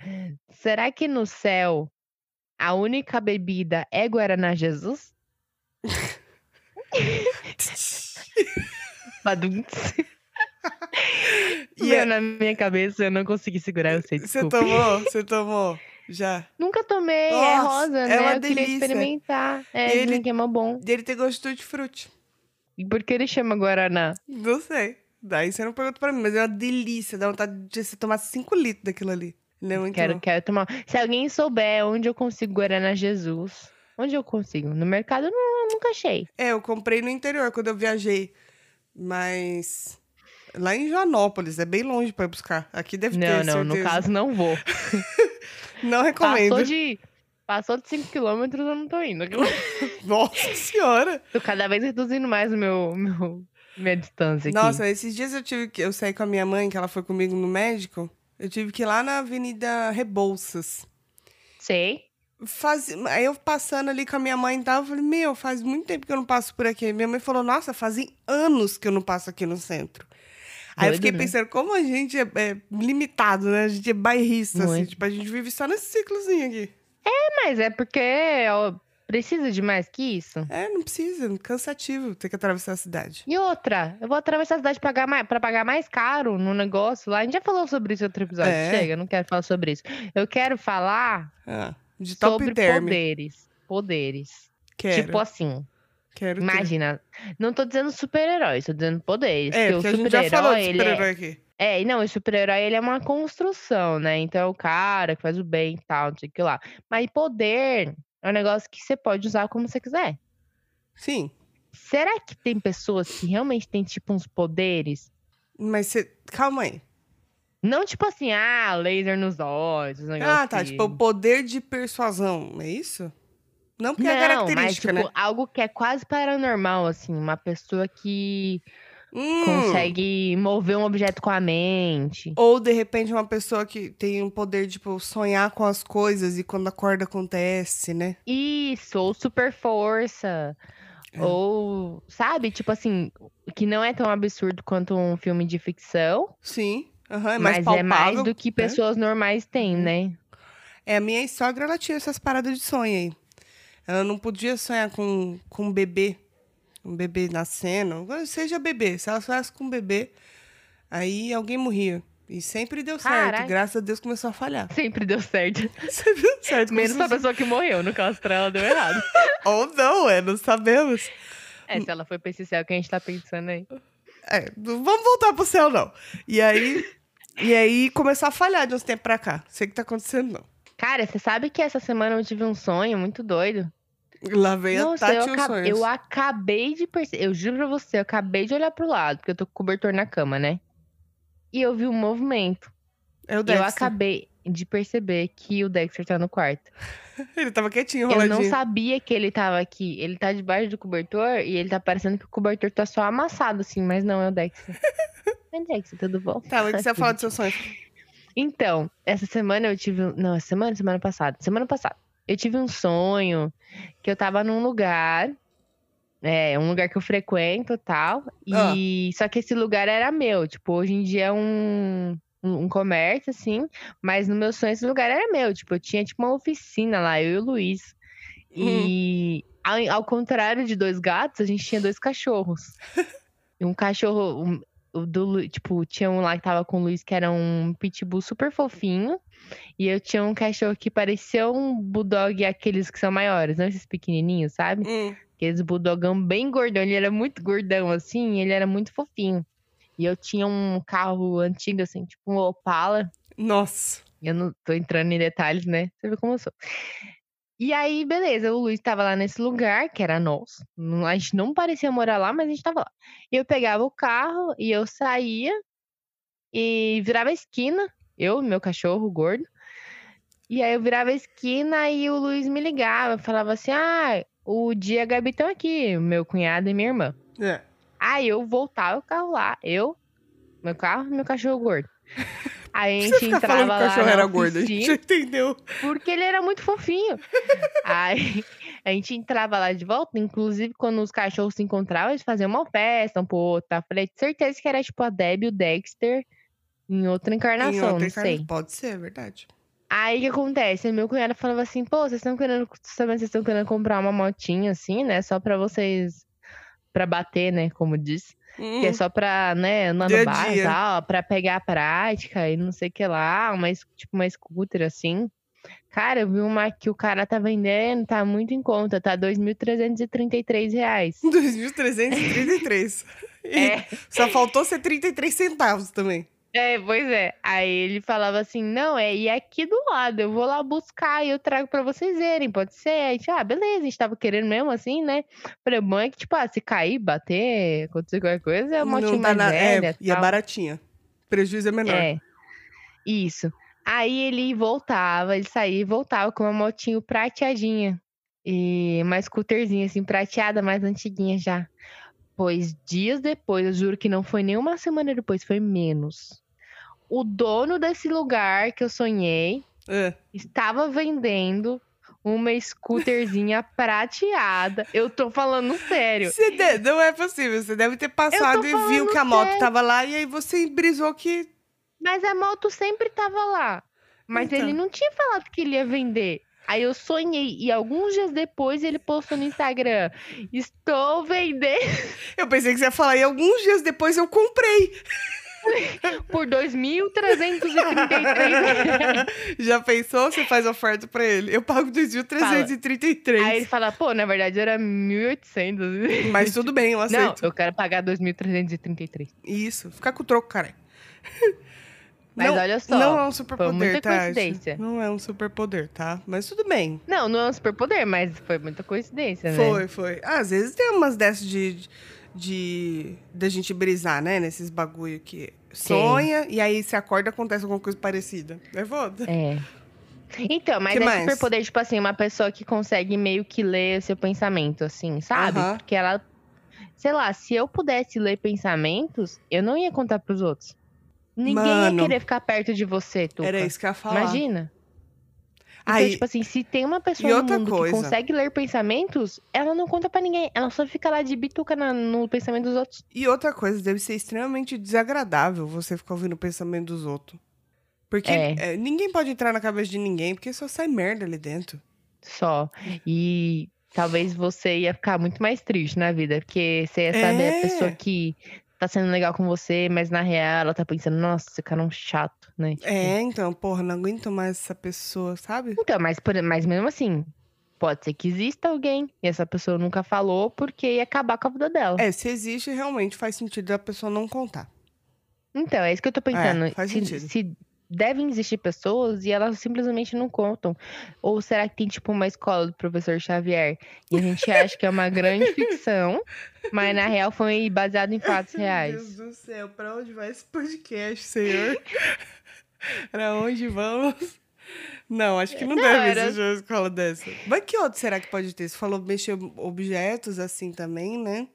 [SPEAKER 1] Será que no céu a única bebida é Guaraná Jesus? Badunts.
[SPEAKER 2] E
[SPEAKER 1] Veio
[SPEAKER 2] é-
[SPEAKER 1] na minha cabeça, eu não consegui segurar, eu sei,
[SPEAKER 2] Você tá
[SPEAKER 1] desculpa.
[SPEAKER 2] tomou? Você tomou? Já.
[SPEAKER 1] Nunca tomei, é
[SPEAKER 2] Nossa,
[SPEAKER 1] rosa,
[SPEAKER 2] é
[SPEAKER 1] né?
[SPEAKER 2] uma
[SPEAKER 1] eu queria
[SPEAKER 2] delícia.
[SPEAKER 1] experimentar. É,
[SPEAKER 2] Ele-
[SPEAKER 1] dizem que é mó bom.
[SPEAKER 2] E ele tem gosto de tutti-frutti.
[SPEAKER 1] E por que ele chama Guaraná?
[SPEAKER 2] Não sei. Daí você não pergunta pra mim, mas é uma delícia. Dá vontade de você tomar 5 litros daquilo ali. Não é muito
[SPEAKER 1] Quero,
[SPEAKER 2] bom.
[SPEAKER 1] quero tomar. um. Se alguém souber onde eu consigo Guaraná Jesus, onde eu consigo? No mercado eu não- eu nunca achei.
[SPEAKER 2] É, eu comprei no interior quando eu viajei. Mas. Lá em Joanópolis, é bem longe pra buscar. Aqui deve ter.
[SPEAKER 1] não, não, no
[SPEAKER 2] certeza.
[SPEAKER 1] caso não vou.
[SPEAKER 2] Não
[SPEAKER 1] Passou
[SPEAKER 2] recomendo.
[SPEAKER 1] de, passou de 5 km eu não tô indo.
[SPEAKER 2] Nossa senhora!
[SPEAKER 1] Tô cada vez reduzindo mais o meu, meu minha distância aqui.
[SPEAKER 2] Nossa, esses dias eu tive que. Eu saí com a minha mãe, que ela foi comigo no médico. Eu tive que ir lá na Avenida Rebouças.
[SPEAKER 1] Sei.
[SPEAKER 2] Faz... Aí eu passando ali com a minha mãe e tal, eu falei, meu, faz muito tempo que eu não passo por aqui. Minha mãe falou, nossa, fazem anos que eu não passo aqui no centro. Aí eu
[SPEAKER 1] Doido,
[SPEAKER 2] fiquei
[SPEAKER 1] né?
[SPEAKER 2] pensando, como a gente é, é limitado, né? A gente é bairrista, assim.
[SPEAKER 1] Muito.
[SPEAKER 2] Tipo, a gente vive só nesse ciclozinho aqui.
[SPEAKER 1] Mas é porque ó, precisa de mais que isso.
[SPEAKER 2] É, não precisa, cansativo ter que atravessar a cidade.
[SPEAKER 1] E outra, eu vou atravessar a cidade pra pagar mais, pra pagar mais caro no negócio lá. A gente já falou sobre isso em outro episódio.
[SPEAKER 2] É.
[SPEAKER 1] Chega, eu não quero falar sobre isso. Eu quero falar
[SPEAKER 2] Ah, de top
[SPEAKER 1] sobre
[SPEAKER 2] term.
[SPEAKER 1] poderes. Poderes.
[SPEAKER 2] Quero,
[SPEAKER 1] Tipo assim,
[SPEAKER 2] quero ter.
[SPEAKER 1] imagina. Não tô dizendo super-heróis, tô dizendo poderes.
[SPEAKER 2] É, porque
[SPEAKER 1] porque
[SPEAKER 2] a
[SPEAKER 1] o
[SPEAKER 2] gente já falou
[SPEAKER 1] super-herói,
[SPEAKER 2] de
[SPEAKER 1] ele é
[SPEAKER 2] super-herói aqui.
[SPEAKER 1] É, e não, o super-herói ele é uma construção, né? Então é o cara que faz o bem e tal, não sei o que lá. Mas poder é um negócio que você pode usar como você quiser.
[SPEAKER 2] Sim,
[SPEAKER 1] Será que tem pessoas que realmente têm, tipo, uns poderes?
[SPEAKER 2] mas você... Calma aí.
[SPEAKER 1] Não tipo assim, ah, laser nos olhos, os negócios.
[SPEAKER 2] Ah, tá.
[SPEAKER 1] assim.
[SPEAKER 2] Tipo, o poder de persuasão, é isso? Não porque é
[SPEAKER 1] Não, mas
[SPEAKER 2] característica,
[SPEAKER 1] tipo,
[SPEAKER 2] né?
[SPEAKER 1] algo que é quase paranormal, assim. Uma pessoa que
[SPEAKER 2] Hum.
[SPEAKER 1] consegue mover um objeto com a mente.
[SPEAKER 2] Ou, de repente, uma pessoa que tem um poder, tipo, sonhar com as coisas e quando acorda acontece, né?
[SPEAKER 1] Isso, ou super força.
[SPEAKER 2] É.
[SPEAKER 1] Ou, sabe, tipo assim, que não é tão absurdo quanto um filme de ficção,
[SPEAKER 2] Sim. Aham, é mais
[SPEAKER 1] mas é
[SPEAKER 2] palpável.
[SPEAKER 1] mais do que
[SPEAKER 2] né?
[SPEAKER 1] pessoas normais têm,
[SPEAKER 2] Uhum.
[SPEAKER 1] né?
[SPEAKER 2] É, a minha sogra, ela tinha essas paradas de sonho aí. Ela não podia sonhar com, com um bebê. Um bebê nascendo. Seja bebê. Se ela sonhasse com um bebê, aí alguém morria. E sempre deu certo.
[SPEAKER 1] Caraca.
[SPEAKER 2] Graças a Deus começou a falhar.
[SPEAKER 1] Sempre deu certo.
[SPEAKER 2] Sempre deu certo. como
[SPEAKER 1] Menos
[SPEAKER 2] se-
[SPEAKER 1] a pessoa que morreu, no caso, pra ela deu errado.
[SPEAKER 2] Ou não, é, não sabemos.
[SPEAKER 1] É, se ela foi pra esse céu que a gente tá pensando aí.
[SPEAKER 2] É, não vamos voltar pro céu, não. E aí, e aí começou a falhar de uns tempos pra cá. Sei o que tá acontecendo, não.
[SPEAKER 1] Cara, você sabe que essa semana eu tive um sonho muito doido?
[SPEAKER 2] Lá vem a
[SPEAKER 1] Nossa,
[SPEAKER 2] Tati
[SPEAKER 1] eu,
[SPEAKER 2] e os
[SPEAKER 1] aca-
[SPEAKER 2] sonhos.
[SPEAKER 1] eu acabei de perceber. Eu juro pra você, eu acabei de olhar pro lado, porque eu tô com cobertor na cama, né? E eu vi um movimento.
[SPEAKER 2] É o
[SPEAKER 1] Eu
[SPEAKER 2] Dexter.
[SPEAKER 1] acabei de perceber que o Dexter tá no quarto.
[SPEAKER 2] Ele tava quietinho,
[SPEAKER 1] Eu
[SPEAKER 2] enroladinho.
[SPEAKER 1] não sabia que ele tava aqui. Ele tá debaixo do cobertor e ele tá parecendo que o cobertor tá só amassado, assim, mas não é o Dexter. Oi, Dexter, tudo bom?
[SPEAKER 2] Tá, mas o que você ia falar do seu sonho?
[SPEAKER 1] Então, essa semana eu tive. um- Não, essa semana, semana passada. Semana passada. Eu tive um sonho que eu tava num lugar. É, um lugar que eu frequento e tal.
[SPEAKER 2] Ah.
[SPEAKER 1] E só que esse lugar era meu. Tipo, hoje em dia é um, um um comércio, assim. Mas no meu sonho esse lugar era meu. Tipo, eu tinha tipo uma oficina lá, eu e o Luiz. E ao, ao contrário de dois gatos, a gente tinha dois cachorros. E um cachorro, um- o do, Lu- tipo, tinha um lá que tava com o Luiz, que era um pitbull super fofinho. E eu tinha um cachorro que parecia um bulldog, aqueles que são maiores, não esses pequenininhos, sabe?
[SPEAKER 2] Hum,
[SPEAKER 1] Aqueles bulldogão bem gordão. Ele era muito gordão, assim, e ele era muito fofinho. E eu tinha um carro antigo, assim, tipo um Opala.
[SPEAKER 2] nossa.
[SPEAKER 1] Eu não tô entrando em detalhes, né? Você viu como eu sou. E aí, beleza, o Luiz tava lá nesse lugar, que era nosso. Não- A gente não parecia morar lá, mas a gente tava lá. E eu pegava o carro e eu saía e virava a esquina. Eu, e meu cachorro gordo. E aí eu virava a esquina e o Luiz me ligava, falava assim: Ah, o dia e a Gabi estão aqui, meu cunhado e minha irmã.
[SPEAKER 2] É.
[SPEAKER 1] Aí eu voltava o carro lá. Eu, meu carro e meu cachorro gordo. Aí a
[SPEAKER 2] Você
[SPEAKER 1] gente
[SPEAKER 2] ficar
[SPEAKER 1] entrava
[SPEAKER 2] falando que
[SPEAKER 1] lá
[SPEAKER 2] o cachorro
[SPEAKER 1] na
[SPEAKER 2] era gordo, a gente
[SPEAKER 1] oficina,
[SPEAKER 2] já entendeu.
[SPEAKER 1] porque ele era muito fofinho. Aí a gente entrava lá de volta, inclusive quando os cachorros se encontravam, eles faziam uma festa, um pro outro, tá? Falei, certeza que era tipo a Debbie e o Dexter em outra encarnação,
[SPEAKER 2] Em outra
[SPEAKER 1] não
[SPEAKER 2] encarna-
[SPEAKER 1] sei.
[SPEAKER 2] Pode ser, é verdade.
[SPEAKER 1] Aí o que acontece? Meu cunhado falava assim, pô, vocês estão querendo. Também vocês estão querendo comprar uma motinha, assim, né? Só pra vocês. Pra bater, né? Como diz. Que é
[SPEAKER 2] Hum,
[SPEAKER 1] só pra, né, andar
[SPEAKER 2] Dia a
[SPEAKER 1] no bar
[SPEAKER 2] dia.
[SPEAKER 1] e tal, pra pegar a prática e não sei o que lá, uma, es- tipo uma scooter assim. Cara, eu vi uma que o cara tá vendendo, tá muito em conta, tá R$ 2.333 reais.
[SPEAKER 2] 2.333. E
[SPEAKER 1] É.
[SPEAKER 2] Só faltou ser 33 centavos também.
[SPEAKER 1] É, pois é. Aí ele falava assim, não, é, e é aqui do lado, eu vou lá buscar e eu trago pra vocês verem, pode ser? Aí, a gente, ah, beleza, a gente tava querendo mesmo assim, né? Falei, bom é que, tipo, ah, se cair, bater, acontecer qualquer coisa, é uma motinha mais
[SPEAKER 2] na- é,
[SPEAKER 1] velha.
[SPEAKER 2] e é
[SPEAKER 1] tal.
[SPEAKER 2] baratinha. Prejuízo é menor.
[SPEAKER 1] É. Isso. Aí ele voltava, ele saía e voltava com uma motinho prateadinha. E uma scooterzinha, assim, prateada, mais antiguinha já. Pois dias depois, eu juro que não foi nem uma semana depois, foi menos. O dono desse lugar que eu sonhei
[SPEAKER 2] É.
[SPEAKER 1] estava vendendo uma scooterzinha prateada. Eu tô falando sério.
[SPEAKER 2] Você de- Não é possível. Você deve ter passado e viu
[SPEAKER 1] falando
[SPEAKER 2] que a moto tava lá e aí você brisou que.
[SPEAKER 1] Mas a moto sempre tava lá. Mas
[SPEAKER 2] Então.
[SPEAKER 1] ele não tinha falado que ele ia vender. Aí eu sonhei. E alguns dias depois ele postou no Instagram: Estou vendendo
[SPEAKER 2] Eu pensei que você ia falar, e alguns dias depois eu comprei.
[SPEAKER 1] por 2.333.
[SPEAKER 2] Já pensou? Você faz oferta pra ele. Eu pago 2.333.
[SPEAKER 1] Aí ele fala: Pô, na verdade era 1.800.
[SPEAKER 2] Mas tudo bem, eu
[SPEAKER 1] Não,
[SPEAKER 2] aceito.
[SPEAKER 1] eu quero pagar 2.333.
[SPEAKER 2] Isso, ficar com o troco, cara.
[SPEAKER 1] Mas
[SPEAKER 2] não,
[SPEAKER 1] olha só,
[SPEAKER 2] Não é um
[SPEAKER 1] foi muita
[SPEAKER 2] superpoder, tá? Aisha?
[SPEAKER 1] coincidência.
[SPEAKER 2] Não é um superpoder, tá? Mas tudo bem.
[SPEAKER 1] Não, não é um superpoder, mas foi muita coincidência, né?
[SPEAKER 2] Foi, foi. Ah, às vezes tem umas dessas de. de. da gente brisar, né? Nesses bagulho que sonha e aí se acorda acontece alguma coisa parecida. É foda.
[SPEAKER 1] É. Então, mas
[SPEAKER 2] Que
[SPEAKER 1] é
[SPEAKER 2] mais?
[SPEAKER 1] superpoder, tipo assim, uma pessoa que consegue meio que ler seu pensamento, assim, sabe?
[SPEAKER 2] Aham.
[SPEAKER 1] Porque ela. Sei lá, se eu pudesse ler pensamentos, eu não ia contar pros outros. Ninguém
[SPEAKER 2] Mano.
[SPEAKER 1] ia querer ficar perto de você, Tuca.
[SPEAKER 2] Era isso que eu ia falar.
[SPEAKER 1] Imagina. Então,
[SPEAKER 2] Aí,
[SPEAKER 1] tipo assim, se tem uma pessoa no
[SPEAKER 2] outra
[SPEAKER 1] mundo
[SPEAKER 2] coisa.
[SPEAKER 1] que consegue ler pensamentos, ela não conta pra ninguém. Ela só fica lá de bituca na- no pensamento dos outros.
[SPEAKER 2] E outra coisa, deve ser extremamente desagradável você ficar ouvindo o pensamento dos outros. Porque
[SPEAKER 1] É.
[SPEAKER 2] é, ninguém pode entrar na cabeça de ninguém, porque só sai merda ali dentro.
[SPEAKER 1] Só. E talvez você ia ficar muito mais triste na vida, porque você ia saber
[SPEAKER 2] É.
[SPEAKER 1] a pessoa que tá sendo legal com você, mas na real ela tá pensando, nossa, esse cara é um chato, né? Tipo,
[SPEAKER 2] É, então, porra, não aguento mais essa pessoa, sabe?
[SPEAKER 1] Então, mas, por- mas mesmo assim, pode ser que exista alguém e essa pessoa nunca falou porque ia acabar com a vida dela.
[SPEAKER 2] É, se existe, realmente faz sentido a pessoa não contar.
[SPEAKER 1] Então, é isso que eu tô pensando.
[SPEAKER 2] faz
[SPEAKER 1] se,
[SPEAKER 2] sentido.
[SPEAKER 1] se devem existir pessoas e elas simplesmente não contam. Ou será que tem, tipo, uma escola do professor Xavier e a gente acha que é uma grande ficção, mas na real foi baseado em fatos
[SPEAKER 2] Meu Deus
[SPEAKER 1] reais?
[SPEAKER 2] do céu, pra onde vai esse podcast, senhor? pra onde vamos? Não, acho que não,
[SPEAKER 1] Não,
[SPEAKER 2] deve
[SPEAKER 1] era-
[SPEAKER 2] existir uma escola dessa. Mas que outro será que pode ter? Você falou mexer objetos assim também, né?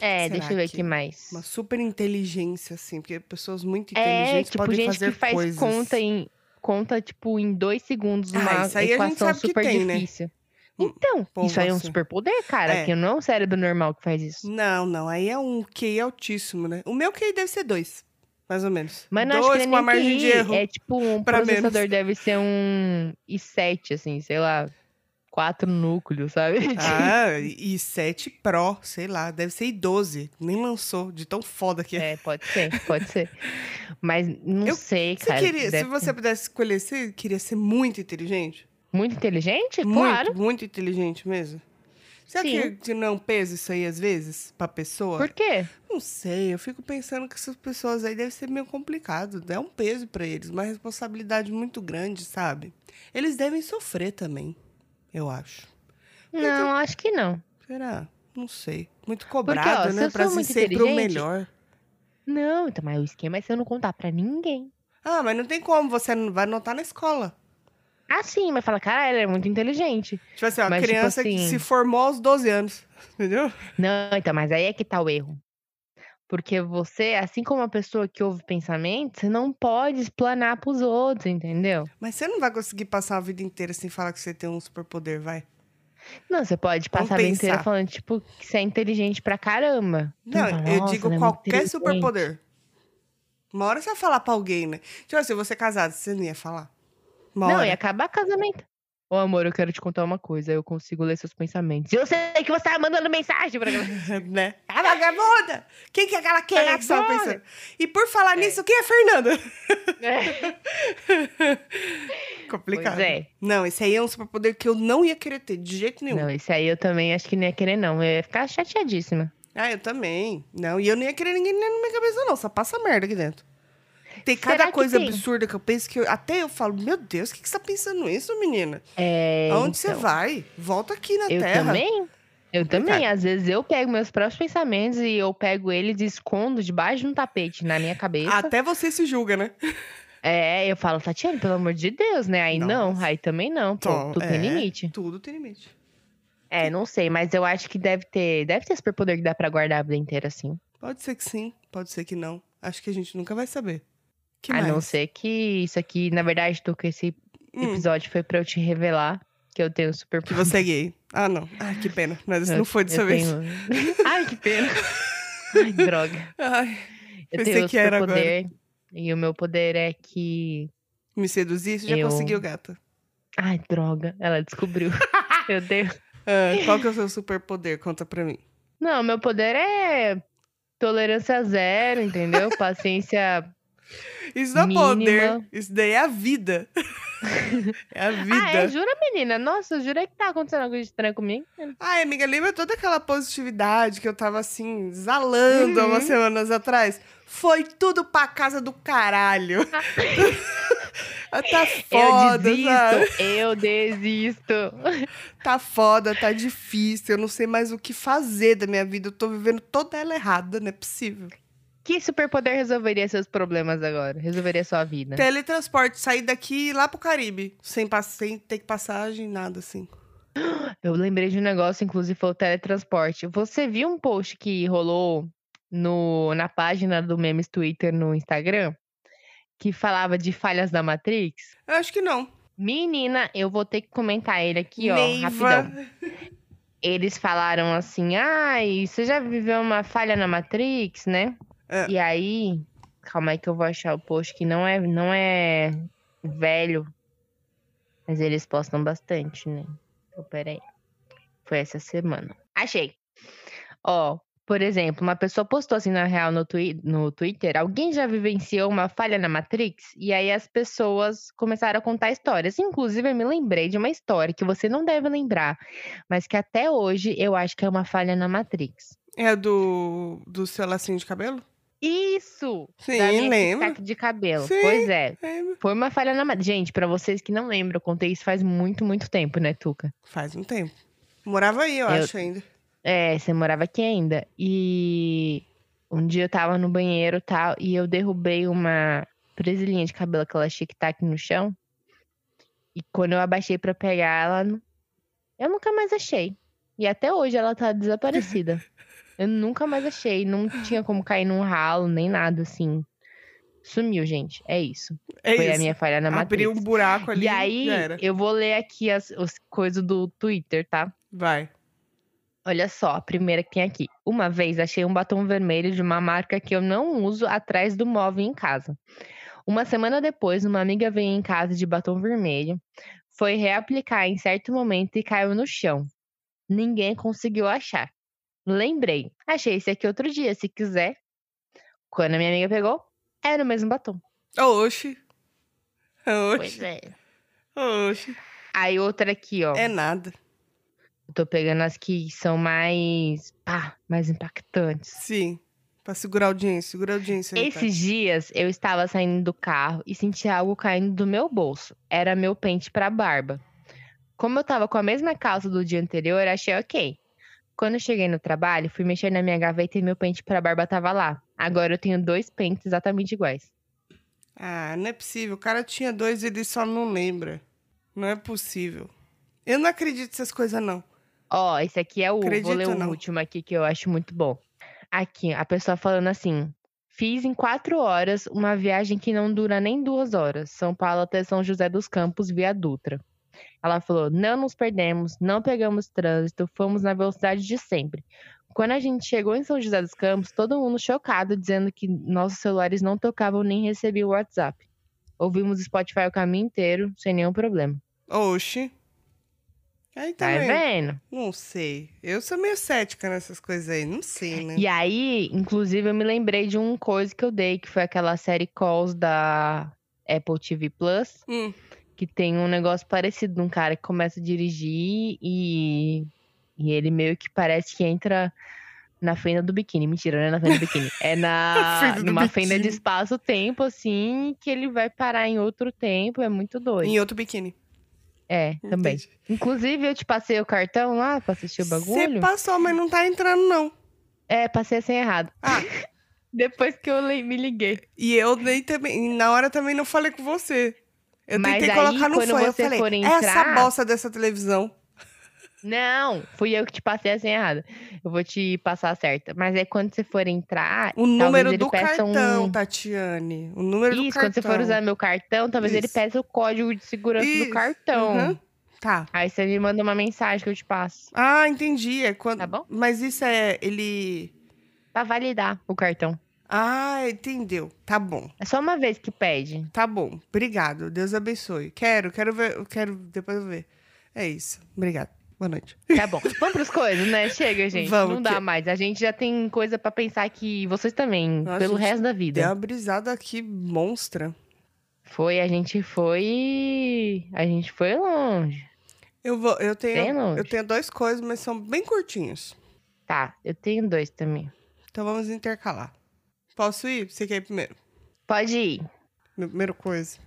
[SPEAKER 1] É,
[SPEAKER 2] Será
[SPEAKER 1] deixa eu ver
[SPEAKER 2] que
[SPEAKER 1] aqui mais.
[SPEAKER 2] Uma super inteligência, assim, porque pessoas muito
[SPEAKER 1] É,
[SPEAKER 2] inteligentes
[SPEAKER 1] tipo,
[SPEAKER 2] podem
[SPEAKER 1] gente
[SPEAKER 2] fazer
[SPEAKER 1] que faz
[SPEAKER 2] coisas.
[SPEAKER 1] conta em. Conta, tipo, em dois segundos
[SPEAKER 2] Ah,
[SPEAKER 1] uma
[SPEAKER 2] isso aí a gente
[SPEAKER 1] equação
[SPEAKER 2] sabe que
[SPEAKER 1] super
[SPEAKER 2] tem, né?
[SPEAKER 1] difícil.
[SPEAKER 2] Um
[SPEAKER 1] Então,
[SPEAKER 2] povo
[SPEAKER 1] isso aí é um
[SPEAKER 2] assim.
[SPEAKER 1] superpoder, cara.
[SPEAKER 2] É.
[SPEAKER 1] Que não é um cérebro normal que faz isso.
[SPEAKER 2] Não, não, aí é um QI altíssimo, né? O meu QI deve ser dois, mais ou menos.
[SPEAKER 1] Mas não
[SPEAKER 2] dois
[SPEAKER 1] acho que
[SPEAKER 2] com
[SPEAKER 1] não é
[SPEAKER 2] a
[SPEAKER 1] nem
[SPEAKER 2] margem de
[SPEAKER 1] TI,
[SPEAKER 2] erro.
[SPEAKER 1] É tipo, um
[SPEAKER 2] pra
[SPEAKER 1] processador
[SPEAKER 2] menos.
[SPEAKER 1] deve ser um i7, assim, sei lá, quatro núcleos, sabe?
[SPEAKER 2] Ah, e e 7 Pro, sei lá, deve ser i12, nem lançou, de tão foda que é.
[SPEAKER 1] É, pode ser, pode ser. Mas não
[SPEAKER 2] Eu-
[SPEAKER 1] sei,
[SPEAKER 2] Você
[SPEAKER 1] cara.
[SPEAKER 2] queria, se
[SPEAKER 1] deve-
[SPEAKER 2] você pudesse escolher, você queria ser muito inteligente?
[SPEAKER 1] Muito inteligente? É, Claro.
[SPEAKER 2] Muito, muito inteligente mesmo. Será que,
[SPEAKER 1] Sim.
[SPEAKER 2] que não pesa isso aí às vezes pra pessoa?
[SPEAKER 1] Por quê?
[SPEAKER 2] Não sei, eu fico pensando que essas pessoas aí deve ser meio complicado. É um peso pra eles, uma responsabilidade muito grande, sabe? Eles devem sofrer também, eu acho. Porque-
[SPEAKER 1] Não, acho que não.
[SPEAKER 2] Será? Não sei. Muito cobrado,
[SPEAKER 1] se
[SPEAKER 2] né?
[SPEAKER 1] eu
[SPEAKER 2] Pra
[SPEAKER 1] sou
[SPEAKER 2] ser
[SPEAKER 1] muito
[SPEAKER 2] sempre o
[SPEAKER 1] inteligente-
[SPEAKER 2] melhor.
[SPEAKER 1] Não, então, mas o esquema é você não contar pra ninguém.
[SPEAKER 2] Ah, mas não tem como, você não vai anotar na escola.
[SPEAKER 1] Ah, sim, mas fala, cara, ela é muito inteligente.
[SPEAKER 2] Tipo assim, uma
[SPEAKER 1] Mas, tipo
[SPEAKER 2] criança que
[SPEAKER 1] assim-
[SPEAKER 2] se formou aos 12 anos, entendeu?
[SPEAKER 1] Não, então, mas aí é que tá o erro. Porque você, assim como uma pessoa que ouve pensamentos, você não pode explanar pros outros, entendeu?
[SPEAKER 2] Mas você não vai conseguir passar a vida inteira sem falar que você tem um superpoder, vai?
[SPEAKER 1] Não, você pode
[SPEAKER 2] Vamos
[SPEAKER 1] passar a vida inteira
[SPEAKER 2] pensar.
[SPEAKER 1] falando, tipo, que você é inteligente pra caramba.
[SPEAKER 2] Não,
[SPEAKER 1] Então,
[SPEAKER 2] eu
[SPEAKER 1] nossa,
[SPEAKER 2] digo
[SPEAKER 1] ela é muito
[SPEAKER 2] qualquer
[SPEAKER 1] inteligente.
[SPEAKER 2] superpoder. Uma hora você vai falar pra alguém, né? Tipo assim, você é casado, você não ia falar. Uma
[SPEAKER 1] Não, é
[SPEAKER 2] hora.
[SPEAKER 1] e acabar casamento. Ô, amor, eu quero te contar uma coisa. Eu consigo ler seus pensamentos. Eu sei que você tá mandando mensagem pra mim.
[SPEAKER 2] né? A vagabunda! Quem que é aquela que é que você tava
[SPEAKER 1] Agora!
[SPEAKER 2] pensando? E por falar
[SPEAKER 1] É.
[SPEAKER 2] nisso, quem é a Fernanda? Tá
[SPEAKER 1] É, pois
[SPEAKER 2] Complicado.
[SPEAKER 1] é.
[SPEAKER 2] Não, esse aí é um superpoder que eu não ia querer ter, de jeito nenhum.
[SPEAKER 1] Não, esse aí eu também acho que não ia querer, não. Eu ia ficar chateadíssima.
[SPEAKER 2] Ah, eu também. Não, e eu não ia querer ninguém na minha cabeça, não. Só passa merda aqui dentro. Tem
[SPEAKER 1] Será
[SPEAKER 2] cada
[SPEAKER 1] que
[SPEAKER 2] coisa
[SPEAKER 1] tem?
[SPEAKER 2] absurda que eu penso que eu- até eu falo, meu Deus, o que, que você tá pensando isso, menina?
[SPEAKER 1] É,
[SPEAKER 2] Aonde você
[SPEAKER 1] então,
[SPEAKER 2] vai? Volta aqui na
[SPEAKER 1] Eu
[SPEAKER 2] Terra. É
[SPEAKER 1] também. Eu também.
[SPEAKER 2] Complicado.
[SPEAKER 1] Às vezes eu pego meus próprios pensamentos e eu pego eles e escondo debaixo de um tapete na minha cabeça.
[SPEAKER 2] Até você se julga, né?
[SPEAKER 1] É, eu falo, Tatiane, pelo amor de Deus, né? Aí não,
[SPEAKER 2] Nossa.
[SPEAKER 1] aí também não, pô,
[SPEAKER 2] Então,
[SPEAKER 1] tu tem
[SPEAKER 2] é.
[SPEAKER 1] limite.
[SPEAKER 2] Tudo tem limite.
[SPEAKER 1] É, não sei, mas eu acho que deve ter, deve ter superpoder que dá pra guardar a vida inteira, assim.
[SPEAKER 2] Pode ser que sim, pode ser que não. Acho que a gente nunca vai saber. Que
[SPEAKER 1] a
[SPEAKER 2] mais?
[SPEAKER 1] não ser que isso aqui, na verdade, tu que esse
[SPEAKER 2] Hum,
[SPEAKER 1] episódio foi pra eu te revelar. que eu tenho super
[SPEAKER 2] Que você é gay. Ah, não. Ai, que pena. Mas isso não foi dessa
[SPEAKER 1] eu
[SPEAKER 2] vez.
[SPEAKER 1] tenho- Ai, que pena. Ai, droga.
[SPEAKER 2] Ai,
[SPEAKER 1] Eu
[SPEAKER 2] Pensei
[SPEAKER 1] tenho o
[SPEAKER 2] que era agora.
[SPEAKER 1] superpoder. E o meu poder é que.
[SPEAKER 2] me seduzir, você já
[SPEAKER 1] Eu-
[SPEAKER 2] conseguiu, gata.
[SPEAKER 1] Ai, droga. Ela descobriu. meu Deus.
[SPEAKER 2] Ah, qual que é o seu superpoder? Conta pra mim.
[SPEAKER 1] Não, meu poder é tolerância zero, entendeu? Paciência
[SPEAKER 2] Isso não é
[SPEAKER 1] Mínima.
[SPEAKER 2] poder. Isso daí é a vida. é a
[SPEAKER 1] Ah, é?
[SPEAKER 2] vida.
[SPEAKER 1] Jura, menina? Nossa, jura que tá acontecendo alguma coisa estranha comigo?
[SPEAKER 2] Ai, amiga, lembra toda aquela positividade que eu tava assim, exalando há
[SPEAKER 1] Uhum.
[SPEAKER 2] umas semanas atrás? Foi tudo pra casa do caralho. tá
[SPEAKER 1] eu
[SPEAKER 2] foda, sabe?
[SPEAKER 1] desisto, eu desisto.
[SPEAKER 2] Tá foda, tá difícil, eu não sei mais o que fazer da minha vida. Eu tô vivendo toda ela errada, não é possível.
[SPEAKER 1] Né? Que superpoder resolveria seus problemas agora? Resolveria sua vida?
[SPEAKER 2] Teletransporte, sair daqui e ir lá pro Caribe. Sem, pass- sem ter passagem, nada assim.
[SPEAKER 1] Eu lembrei de um negócio, inclusive, foi o teletransporte. Você viu um post que rolou no, na página do Memes Twitter no Instagram? Que falava de falhas da Matrix?
[SPEAKER 2] Eu acho que não.
[SPEAKER 1] Menina, eu vou ter que comentar ele aqui, ó,
[SPEAKER 2] Neiva.
[SPEAKER 1] rapidão. eles falaram assim: ai, você já viveu uma falha na Matrix, né?
[SPEAKER 2] É.
[SPEAKER 1] E aí, calma aí que eu vou achar o post que não é, não é velho, mas eles postam bastante, né? Então, peraí. Foi essa semana. Achei. Ó, por exemplo, uma pessoa postou assim na real no, twi no Twitter: alguém já vivenciou uma falha na Matrix? E aí as pessoas começaram a contar histórias. Inclusive, eu me lembrei de uma história que você não deve lembrar, mas que até hoje eu acho que é uma falha na Matrix.
[SPEAKER 2] É do, do seu lacinho de cabelo?
[SPEAKER 1] Isso!
[SPEAKER 2] Sim,
[SPEAKER 1] da minha
[SPEAKER 2] lembro.
[SPEAKER 1] tic-tac de cabelo.
[SPEAKER 2] Sim.
[SPEAKER 1] Pois é.
[SPEAKER 2] lembro.
[SPEAKER 1] Foi uma falha na Matrix. Gente, pra vocês que não lembram, eu contei isso faz muito, muito tempo, né, Tuca?
[SPEAKER 2] Faz um tempo. Morava aí, eu,
[SPEAKER 1] Eu-
[SPEAKER 2] acho ainda.
[SPEAKER 1] É, você morava aqui ainda. E um dia eu tava no banheiro e tal, e eu derrubei uma presilhinha de cabelo, aquela tic-tac tá no chão. E quando eu abaixei pra pegar ela, n- eu nunca mais achei. E até hoje ela tá desaparecida. eu nunca mais achei. Não tinha como cair num ralo, nem nada assim. Sumiu, gente. É isso.
[SPEAKER 2] É
[SPEAKER 1] Foi
[SPEAKER 2] isso.
[SPEAKER 1] a minha falha na
[SPEAKER 2] Abriu um
[SPEAKER 1] Matrix.
[SPEAKER 2] buraco ali.
[SPEAKER 1] E aí,
[SPEAKER 2] já era.
[SPEAKER 1] eu vou ler aqui as, as coisas do Twitter, tá?
[SPEAKER 2] Vai.
[SPEAKER 1] Olha só, a primeira que tem aqui. Uma vez achei um batom vermelho de uma marca que eu não uso atrás do móvel em casa. Uma semana depois, uma amiga veio em casa de batom vermelho, foi reaplicar em certo momento e caiu no chão. Ninguém conseguiu achar. Lembrei, achei esse aqui outro dia, se quiser. Quando a minha amiga pegou, era o mesmo batom.
[SPEAKER 2] Oxi. Oxi.
[SPEAKER 1] Pois é.
[SPEAKER 2] Oxi.
[SPEAKER 1] Aí outra aqui, ó.
[SPEAKER 2] É nada.
[SPEAKER 1] Eu tô pegando as que são mais, pá, mais impactantes.
[SPEAKER 2] Sim. Pra segurar a audiência, segura a audiência. aí, tá?
[SPEAKER 1] Esses dias eu estava saindo do carro e senti algo caindo do meu bolso. Era meu pente para barba. Como eu estava com a mesma calça do dia anterior, achei ok. Quando eu cheguei no trabalho, fui mexer na minha gaveta e meu pente para barba estava lá. Agora eu tenho dois pentes exatamente iguais.
[SPEAKER 2] Ah, não é possível. O cara tinha dois e ele só não lembra. Não é possível. Eu não acredito nessas coisas, não.
[SPEAKER 1] Ó, esse aqui é o. vou ler
[SPEAKER 2] Acredito
[SPEAKER 1] o
[SPEAKER 2] não.
[SPEAKER 1] último aqui que eu acho muito bom. Aqui, a pessoa falando assim: fiz em quatro horas uma viagem que não dura nem duas horas. São Paulo até São José dos Campos via Dutra. Ela falou: não nos perdemos, não pegamos trânsito, fomos na velocidade de sempre. Quando a gente chegou em São José dos Campos, todo mundo chocado, dizendo que nossos celulares não tocavam nem recebiam o WhatsApp. Ouvimos Spotify o caminho inteiro, sem nenhum problema.
[SPEAKER 2] Oxi. Aí
[SPEAKER 1] Tá
[SPEAKER 2] também.
[SPEAKER 1] vendo?
[SPEAKER 2] não sei. Eu sou meio cética nessas coisas aí. Não sei, né?
[SPEAKER 1] E aí, inclusive, eu me lembrei de uma coisa que eu dei, que foi aquela série Calls da Apple TV Plus,
[SPEAKER 2] Hum.
[SPEAKER 1] que tem um negócio parecido de um cara que começa a dirigir e, e ele meio que parece que entra na fenda do biquíni. Mentira, não é na fenda do biquíni. É na,
[SPEAKER 2] Fenda do
[SPEAKER 1] numa fenda de
[SPEAKER 2] biquíni.
[SPEAKER 1] espaço-tempo, assim, que ele vai parar em outro tempo. É muito doido.
[SPEAKER 2] Em outro biquíni.
[SPEAKER 1] É, também.
[SPEAKER 2] Entendi.
[SPEAKER 1] Inclusive, eu te passei o cartão lá pra assistir o
[SPEAKER 2] Você
[SPEAKER 1] bagulho.
[SPEAKER 2] passou, mas não tá entrando, não.
[SPEAKER 1] É, passei sem errado.
[SPEAKER 2] Ah.
[SPEAKER 1] Depois que eu le- me liguei.
[SPEAKER 2] E eu nem também. e Na hora também não falei com você. Eu
[SPEAKER 1] Mas
[SPEAKER 2] tentei
[SPEAKER 1] aí,
[SPEAKER 2] colocar no
[SPEAKER 1] quando
[SPEAKER 2] fone. Eu
[SPEAKER 1] você
[SPEAKER 2] falei, "É
[SPEAKER 1] for
[SPEAKER 2] essa
[SPEAKER 1] entrar-
[SPEAKER 2] bosta dessa televisão.
[SPEAKER 1] Não, fui eu que te passei a senha errada. Eu vou te passar a certa. Mas é quando você for entrar.
[SPEAKER 2] O
[SPEAKER 1] talvez
[SPEAKER 2] número
[SPEAKER 1] ele
[SPEAKER 2] do
[SPEAKER 1] peça
[SPEAKER 2] cartão,
[SPEAKER 1] Um...
[SPEAKER 2] Tatiane. O número do
[SPEAKER 1] Isso,
[SPEAKER 2] cartão.
[SPEAKER 1] quando você for usar meu cartão, talvez ele
[SPEAKER 2] Isso.
[SPEAKER 1] peça o código de segurança
[SPEAKER 2] Isso,
[SPEAKER 1] do cartão.
[SPEAKER 2] Uhum. Tá.
[SPEAKER 1] Aí você me manda uma mensagem que eu te passo.
[SPEAKER 2] Ah, entendi. É quando...
[SPEAKER 1] Tá bom?
[SPEAKER 2] Mas isso é. Ele.
[SPEAKER 1] Pra validar o cartão.
[SPEAKER 2] Ah, entendeu. Tá bom,
[SPEAKER 1] É só uma vez que pede.
[SPEAKER 2] tá bom. Obrigado. Deus abençoe. Quero, quero ver. eu Quero depois eu ver. É isso. Obrigado. Boa noite.
[SPEAKER 1] Tá bom. Vamos pros coisas, né? Chega, gente.
[SPEAKER 2] Vamos,
[SPEAKER 1] Não dá
[SPEAKER 2] que-
[SPEAKER 1] mais. A gente já tem coisa pra pensar que vocês também,
[SPEAKER 2] Nossa,
[SPEAKER 1] pelo
[SPEAKER 2] gente,
[SPEAKER 1] resto da
[SPEAKER 2] Deu
[SPEAKER 1] vida.
[SPEAKER 2] uma brisada aqui monstra.
[SPEAKER 1] Foi, a gente foi. A gente foi longe.
[SPEAKER 2] Eu vou. Eu
[SPEAKER 1] Bem
[SPEAKER 2] tenho.
[SPEAKER 1] longe.
[SPEAKER 2] Eu tenho dois coisas, mas são bem curtinhos.
[SPEAKER 1] Tá, eu tenho dois também.
[SPEAKER 2] Então vamos intercalar. Posso ir? Você quer ir primeiro?
[SPEAKER 1] Pode ir.
[SPEAKER 2] Minha primeira coisa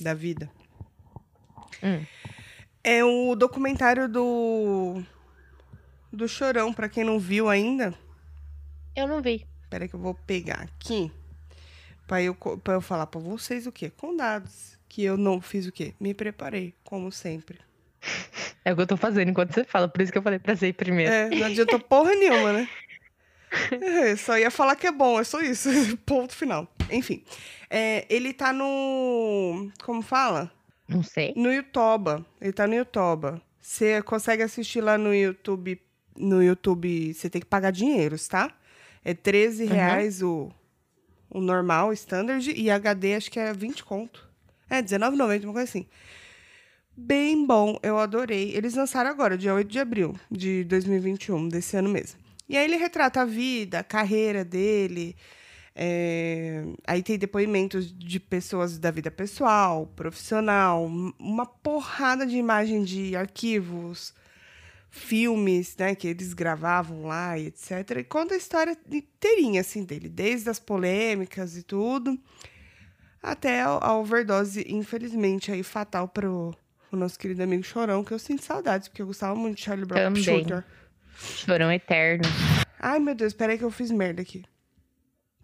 [SPEAKER 2] da vida.
[SPEAKER 1] Hum.
[SPEAKER 2] É o documentário do. Do Chorão, pra quem não viu ainda.
[SPEAKER 1] Eu não vi.
[SPEAKER 2] Peraí que eu vou pegar aqui. Pra eu, co- pra eu falar pra vocês o quê? Com dados. Que eu não fiz o quê? Me preparei, como sempre.
[SPEAKER 1] É o que eu tô fazendo enquanto você fala, por isso que eu falei pra você ir primeiro.
[SPEAKER 2] É, não adiantou porra nenhuma, né? É, eu só ia falar que é bom, é só isso. Ponto final. Enfim. é, ele tá no. Como fala?
[SPEAKER 1] Não sei.
[SPEAKER 2] No Yotoba. Ele tá no Yotoba. Você consegue assistir lá no YouTube. No YouTube, você tem que pagar dinheiros, tá? É 13
[SPEAKER 1] Uhum.
[SPEAKER 2] reais o, o normal, o standard, e HD acho que é 20 conto. É, R$19,90, uma coisa assim. Bem bom, eu adorei. Eles lançaram agora, dia 8 de abril de 2021, desse ano mesmo. E aí ele retrata a vida, a carreira dele. é, Aí tem depoimentos de pessoas da vida pessoal, profissional, um- uma porrada de imagem de arquivos, filmes, né, que eles gravavam lá e etc. E conta a história inteirinha, assim, dele, desde as polêmicas e tudo, até a a overdose, infelizmente, aí fatal pro o nosso querido amigo Chorão, que eu sinto saudades, porque eu gostava muito de Charlie Brown
[SPEAKER 1] Também.
[SPEAKER 2] Shooter.
[SPEAKER 1] Chorão eterno.
[SPEAKER 2] Ai, meu Deus, peraí que eu fiz merda aqui.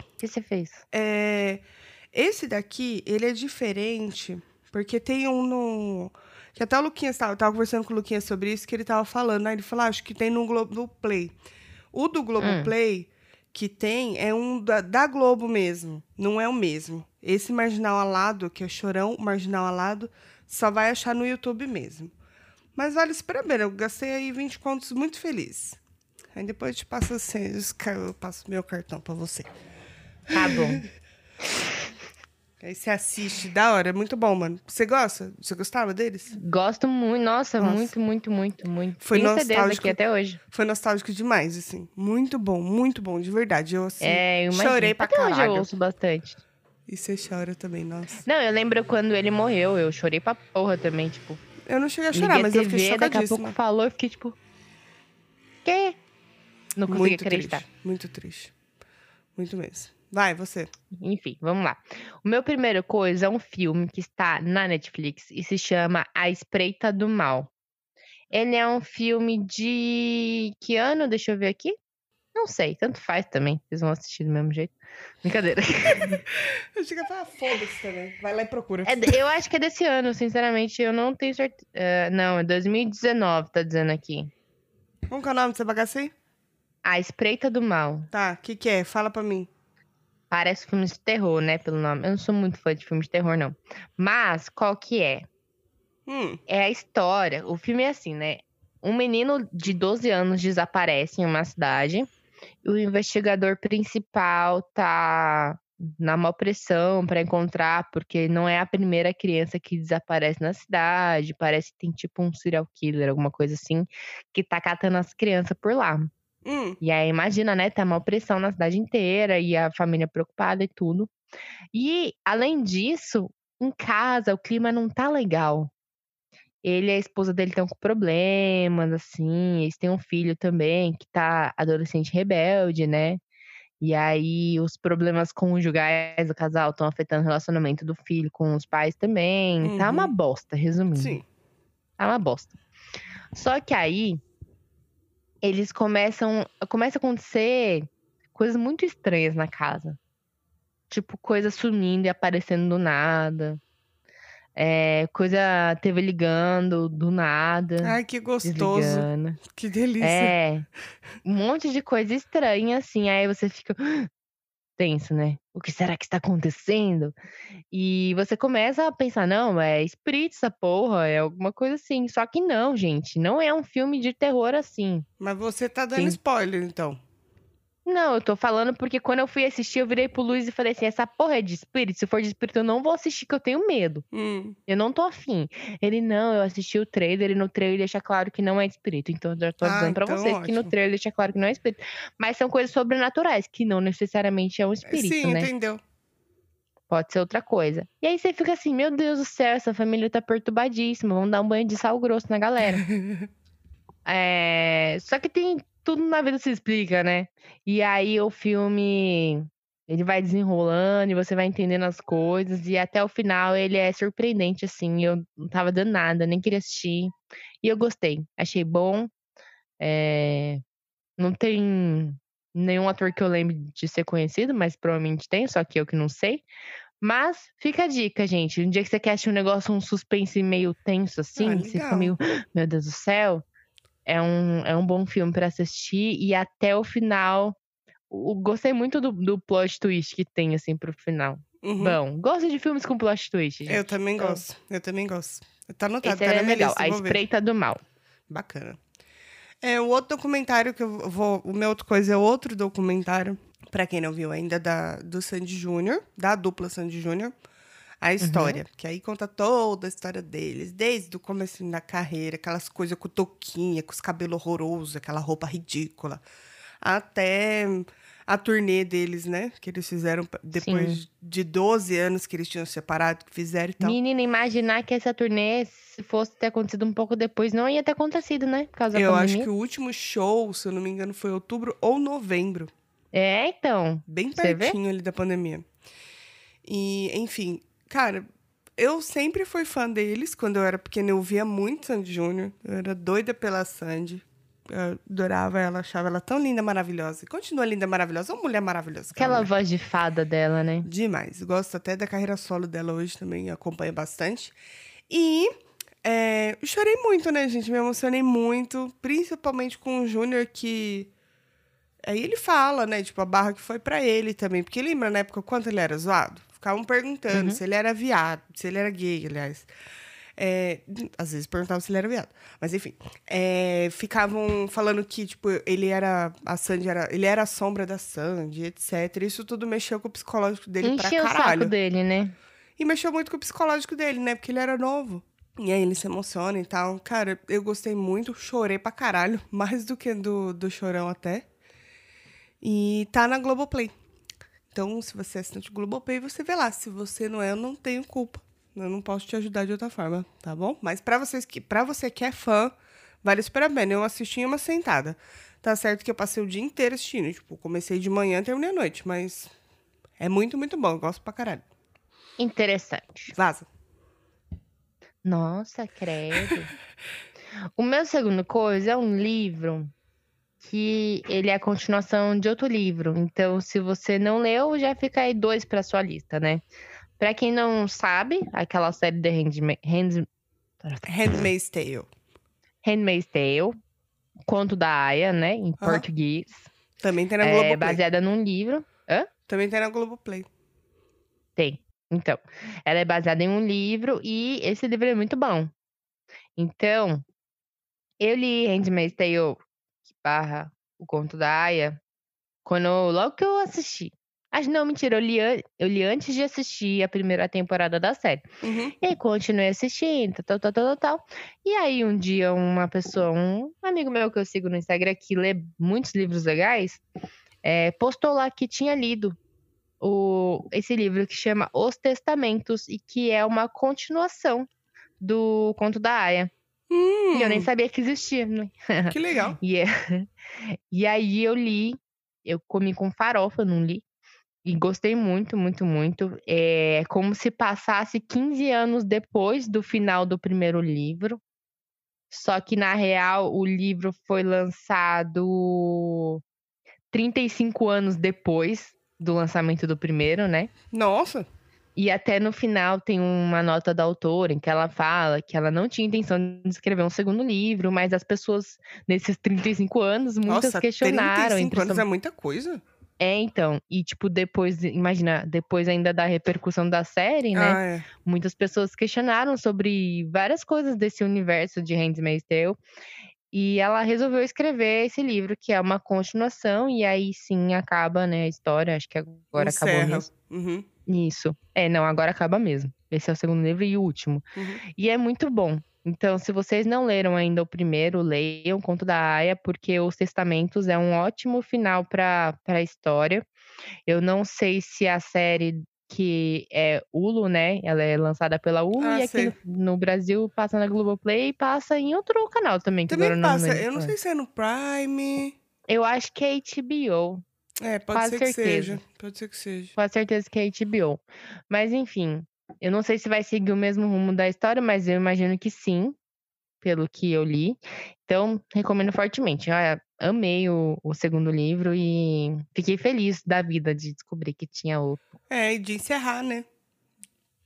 [SPEAKER 1] O que você fez?
[SPEAKER 2] É, esse daqui, ele é diferente, porque tem um no... Que até o Luquinhas, tava, eu tava conversando com o Luquinhas sobre isso, que ele tava falando, né? Ele falou, ah, acho que tem no Globoplay. O do Globoplay que tem é um da, da Globo mesmo, não é o mesmo. Esse Marginal Alado, que é Chorão, Marginal Alado, só vai achar no YouTube mesmo. Mas vale super a pena, eu gastei aí 20 contos muito feliz. Aí depois eu te passo assim, eu passo meu cartão pra você.
[SPEAKER 1] Tá bom.
[SPEAKER 2] Aí você assiste, da hora, é muito bom, mano. Você gosta? Você gostava deles?
[SPEAKER 1] Gosto muito. Nossa,
[SPEAKER 2] Nossa.
[SPEAKER 1] muito, muito, muito, muito.
[SPEAKER 2] Foi
[SPEAKER 1] Tem um CD
[SPEAKER 2] nostálgico.
[SPEAKER 1] aqui até hoje.
[SPEAKER 2] Foi nostálgico demais, assim. Muito bom, muito bom, de verdade. Eu assim.
[SPEAKER 1] É, eu imagino.
[SPEAKER 2] Chorei pra
[SPEAKER 1] até hoje eu
[SPEAKER 2] caralho.
[SPEAKER 1] ouço bastante.
[SPEAKER 2] E você chora também, nossa.
[SPEAKER 1] Não, eu lembro quando ele morreu, eu chorei pra porra também, tipo.
[SPEAKER 2] Eu não cheguei a
[SPEAKER 1] liguei
[SPEAKER 2] chorar,
[SPEAKER 1] a
[SPEAKER 2] mas eu fiquei
[SPEAKER 1] TV, daqui a pouco
[SPEAKER 2] chocadíssima.
[SPEAKER 1] falou, eu fiquei tipo. Quê? Não consegui
[SPEAKER 2] Muito
[SPEAKER 1] acreditar.
[SPEAKER 2] triste. Muito triste. Muito mesmo. Vai, você.
[SPEAKER 1] Enfim, vamos lá. O meu primeiro coisa é um filme que está na Netflix e se chama A Espreita do Mal. Ele é um filme de. Que ano? Deixa eu ver aqui. Não sei, tanto faz também. Vocês vão assistir do mesmo jeito. Brincadeira.
[SPEAKER 2] Eu cheguei a falar, foda-se também. Vai lá e procura.
[SPEAKER 1] É de- eu acho que é desse ano, sinceramente. Eu não tenho certeza. não, é 2019, tá dizendo aqui.
[SPEAKER 2] Como que é o nome dessa bagaça aí?
[SPEAKER 1] A Espreita do Mal.
[SPEAKER 2] Tá, o que, que é? Fala pra mim.
[SPEAKER 1] Parece filme de terror, né? Pelo nome. Eu não sou muito fã de filme de terror, não. Mas, qual que é?
[SPEAKER 2] Hum,
[SPEAKER 1] é a história. O filme é assim, né? Um menino de 12 anos desaparece em uma cidade. E o investigador principal tá na maior pressão para encontrar, porque não é a primeira criança que desaparece na cidade. Parece que tem tipo um serial killer, alguma coisa assim, que tá catando as crianças por lá.
[SPEAKER 2] hum.
[SPEAKER 1] E aí, imagina, né? Tá uma pressão na cidade inteira e a família preocupada e tudo. E, além disso, em casa o clima não tá legal. Ele e a esposa dele estão com problemas, assim. Eles têm um filho também que tá adolescente rebelde, né? E aí, os problemas conjugais do casal estão afetando o relacionamento do filho com os pais também. Tá uma
[SPEAKER 2] Uhum.
[SPEAKER 1] bosta, resumindo.
[SPEAKER 2] Sim.
[SPEAKER 1] É uma bosta. Só que aí eles começam. Começa a acontecer coisas muito estranhas na casa. Tipo, coisa sumindo e aparecendo do nada. É, coisa TV ligando do nada.
[SPEAKER 2] Ai, que É gostoso.
[SPEAKER 1] desligando.
[SPEAKER 2] Que delícia.
[SPEAKER 1] É. Um monte de coisa estranha, assim. Aí você fica. "Ah, tenso, né? O que será que está acontecendo? E você começa a pensar, não, é espírito essa porra, é alguma coisa assim. Só que não, gente, não é um filme de terror assim.
[SPEAKER 2] Mas você tá dando
[SPEAKER 1] Sim.
[SPEAKER 2] spoiler, então.
[SPEAKER 1] Não, eu tô falando porque quando eu fui assistir, eu virei pro Luiz e falei assim: essa porra é de espírito? Se for de espírito, eu não vou assistir, que eu tenho medo.
[SPEAKER 2] Hum.
[SPEAKER 1] Eu não tô afim. Ele, não, eu assisti o trailer e no trailer deixa claro que não é de espírito. Então, eu já tô
[SPEAKER 2] Ah,
[SPEAKER 1] avisando pra
[SPEAKER 2] então
[SPEAKER 1] vocês que no
[SPEAKER 2] ótimo.
[SPEAKER 1] trailer deixa claro que não é espírito. Mas são coisas sobrenaturais, que não necessariamente é um espírito,
[SPEAKER 2] Sim,
[SPEAKER 1] né?
[SPEAKER 2] entendeu.
[SPEAKER 1] Pode ser outra coisa. E aí você fica assim, meu Deus do céu, essa família tá perturbadíssima, vamos dar um banho de sal grosso na galera. É, Só que tem tudo na vida se explica, né? E aí o filme ele vai desenrolando e você vai entendendo as coisas e até o final ele é surpreendente assim. Eu não tava dando nada, nem queria assistir e eu gostei, achei bom. É, Não tem nenhum ator que eu lembre de ser conhecido, mas provavelmente tem, só que eu que não sei. Mas fica a dica, gente. Um dia que você quer assistir um negócio, um suspense meio tenso, assim, que você fica
[SPEAKER 2] legal.
[SPEAKER 1] meio, meu Deus do céu, é um, é um bom filme pra assistir. E até o final, o- gostei muito do, do plot twist que tem, assim, pro final.
[SPEAKER 2] Uhum.
[SPEAKER 1] Bom, gosto de filmes com plot twist. gente.
[SPEAKER 2] Eu também
[SPEAKER 1] Então-
[SPEAKER 2] gosto. Eu também gosto. Tá anotado,
[SPEAKER 1] Esse
[SPEAKER 2] tá
[SPEAKER 1] é
[SPEAKER 2] na minha
[SPEAKER 1] legal,
[SPEAKER 2] lista.
[SPEAKER 1] A
[SPEAKER 2] vou ver.
[SPEAKER 1] Espreita do Mal.
[SPEAKER 2] Bacana. É, o outro documentário que eu vou. O meu outra coisa é outro documentário, pra quem não viu ainda, da, do Sandy Júnior, da dupla Sandy Júnior.
[SPEAKER 1] Uhum.
[SPEAKER 2] A história, que aí conta toda a história deles, desde o começo da carreira, aquelas coisas com touquinha, com os cabelos horrorosos, aquela roupa ridícula, até a turnê deles, né? Que eles fizeram pra- depois de 12 anos que eles tinham separado, que fizeram e tal.
[SPEAKER 1] Menina, imaginar que essa turnê, se fosse ter acontecido um pouco depois, não ia ter acontecido, né? Por causa da
[SPEAKER 2] Eu acho
[SPEAKER 1] pandemia.
[SPEAKER 2] que o último show, se eu não me engano, foi outubro ou novembro.
[SPEAKER 1] É, então.
[SPEAKER 2] bem
[SPEAKER 1] Você vê?
[SPEAKER 2] pertinho ali da pandemia. E, enfim, cara, eu sempre fui fã deles quando eu era pequena. Eu via muito Sandy Júnior. Eu era doida pela Sandy. Eu adorava ela, achava ela tão linda, maravilhosa. E Continua linda, maravilhosa. Uma mulher maravilhosa.
[SPEAKER 1] Aquela
[SPEAKER 2] mulher.
[SPEAKER 1] voz de fada dela, né?
[SPEAKER 2] Demais. Gosto até da carreira solo dela hoje também, acompanho bastante. E é, chorei muito, né, gente? Me emocionei muito, principalmente com o Júnior que. Aí ele fala, né? Tipo, a barra que foi pra ele também. Porque lembra na época o quanto ele era zoado? Ficavam perguntando
[SPEAKER 1] Uhum.
[SPEAKER 2] se ele era viado, se ele era gay, aliás. É, às vezes perguntavam se ele era viado. Mas enfim. É, ficavam falando que, tipo, ele era. A Sandy era. Ele era a sombra da Sandy, etc. Isso tudo mexeu com o psicológico dele
[SPEAKER 1] Encheu o
[SPEAKER 2] pra
[SPEAKER 1] saco
[SPEAKER 2] caralho.
[SPEAKER 1] dele, né?
[SPEAKER 2] E mexeu muito com o psicológico dele, né? Porque ele era novo. E aí ele se emociona e tal. Cara, eu gostei muito, chorei pra caralho, mais do que do, do chorão até. E tá na Globoplay. Então, se você é assinante Globoplay, você vê lá. Se você não é, eu não tenho culpa. Eu não posso te ajudar de outra forma, tá bom? Mas pra vocês que, para você que é fã, vale super a pena. Eu assisti em uma sentada. Tá certo que eu passei o dia inteiro assistindo, tipo, comecei de manhã, terminei à noite, mas é muito, muito bom, eu gosto pra caralho.
[SPEAKER 1] Interessante.
[SPEAKER 2] Vaza.
[SPEAKER 1] Nossa, credo. o meu segundo coisa é um livro que ele é a continuação de outro livro. Então, se você não leu, já fica aí dois pra sua lista, né? Pra quem não sabe, aquela série The Handma- Hands-
[SPEAKER 2] Handmaid's Tale.
[SPEAKER 1] Handmaid's Tale, Conto da Aya, né? Em português.
[SPEAKER 2] Também tem na
[SPEAKER 1] É
[SPEAKER 2] Globoplay.
[SPEAKER 1] baseada num livro.
[SPEAKER 2] Também tem na Globoplay.
[SPEAKER 1] Tem. Então, ela é baseada em um livro e esse livro é muito bom. Então, eu li Handmaid's Tale que barra O Conto da Aya quando, logo que eu assisti. Mas não, mentira, eu li, an- eu li antes de assistir a primeira temporada da série.
[SPEAKER 2] Uhum.
[SPEAKER 1] E aí continuei assistindo, tal, tal, tal, tal, tal. E aí um dia uma pessoa, um amigo meu que eu sigo no Instagram, que lê muitos livros legais, eh, postou lá que tinha lido o, esse livro que chama Os Testamentos e que é uma continuação do Conto da Aya.
[SPEAKER 2] Hum,
[SPEAKER 1] E eu nem sabia que existia, né?
[SPEAKER 2] que legal.
[SPEAKER 1] E, é- e aí eu li, eu comi com farofa, não li. E gostei muito, muito, muito. É como se passasse 15 anos depois do final do primeiro livro. Só que, na real, o livro foi lançado 35 anos depois do lançamento do primeiro, né?
[SPEAKER 2] Nossa.
[SPEAKER 1] E até no final tem uma nota da autora em que ela fala que ela não tinha intenção de escrever um segundo livro, mas as pessoas nesses 35 anos, muitas
[SPEAKER 2] nossa,
[SPEAKER 1] questionaram.
[SPEAKER 2] 35
[SPEAKER 1] principalmente-
[SPEAKER 2] anos é muita coisa.
[SPEAKER 1] É, então. E, tipo, depois, imagina, depois ainda da repercussão da série, né?
[SPEAKER 2] Ah, é.
[SPEAKER 1] Muitas pessoas questionaram sobre várias coisas desse universo de Handmaid's Tale. E ela resolveu escrever esse livro, que é uma continuação, e aí sim acaba, né, a história. Acho que agora acabou
[SPEAKER 2] Encerra.
[SPEAKER 1] mesmo.
[SPEAKER 2] Uhum.
[SPEAKER 1] Isso. É, não, agora acaba mesmo. Esse é o segundo livro e o último.
[SPEAKER 2] Uhum.
[SPEAKER 1] E é muito bom. Então, se vocês não leram ainda o primeiro, leiam o Conto da Aya, porque Os Testamentos é um ótimo final para a história. Eu não sei se a série que é Hulu, né? Ela é lançada pela Hulu
[SPEAKER 2] Ah,
[SPEAKER 1] e aqui
[SPEAKER 2] sei.
[SPEAKER 1] no, no Brasil passa na Globoplay e passa em outro canal também. Que agora
[SPEAKER 2] Também
[SPEAKER 1] eu não
[SPEAKER 2] passa.
[SPEAKER 1] lembro
[SPEAKER 2] Eu não
[SPEAKER 1] qual é.
[SPEAKER 2] sei se é no Prime.
[SPEAKER 1] Eu acho que é HBO.
[SPEAKER 2] É, pode
[SPEAKER 1] Quase
[SPEAKER 2] ser que
[SPEAKER 1] certeza.
[SPEAKER 2] seja. Pode ser que seja.
[SPEAKER 1] Com certeza que é HBO. Mas enfim, eu não sei se vai seguir o mesmo rumo da história, mas eu imagino que sim, pelo que eu li. Então, recomendo fortemente. Olha, amei o, o segundo livro e fiquei feliz da vida de descobrir que tinha outro.
[SPEAKER 2] É, e de encerrar, né?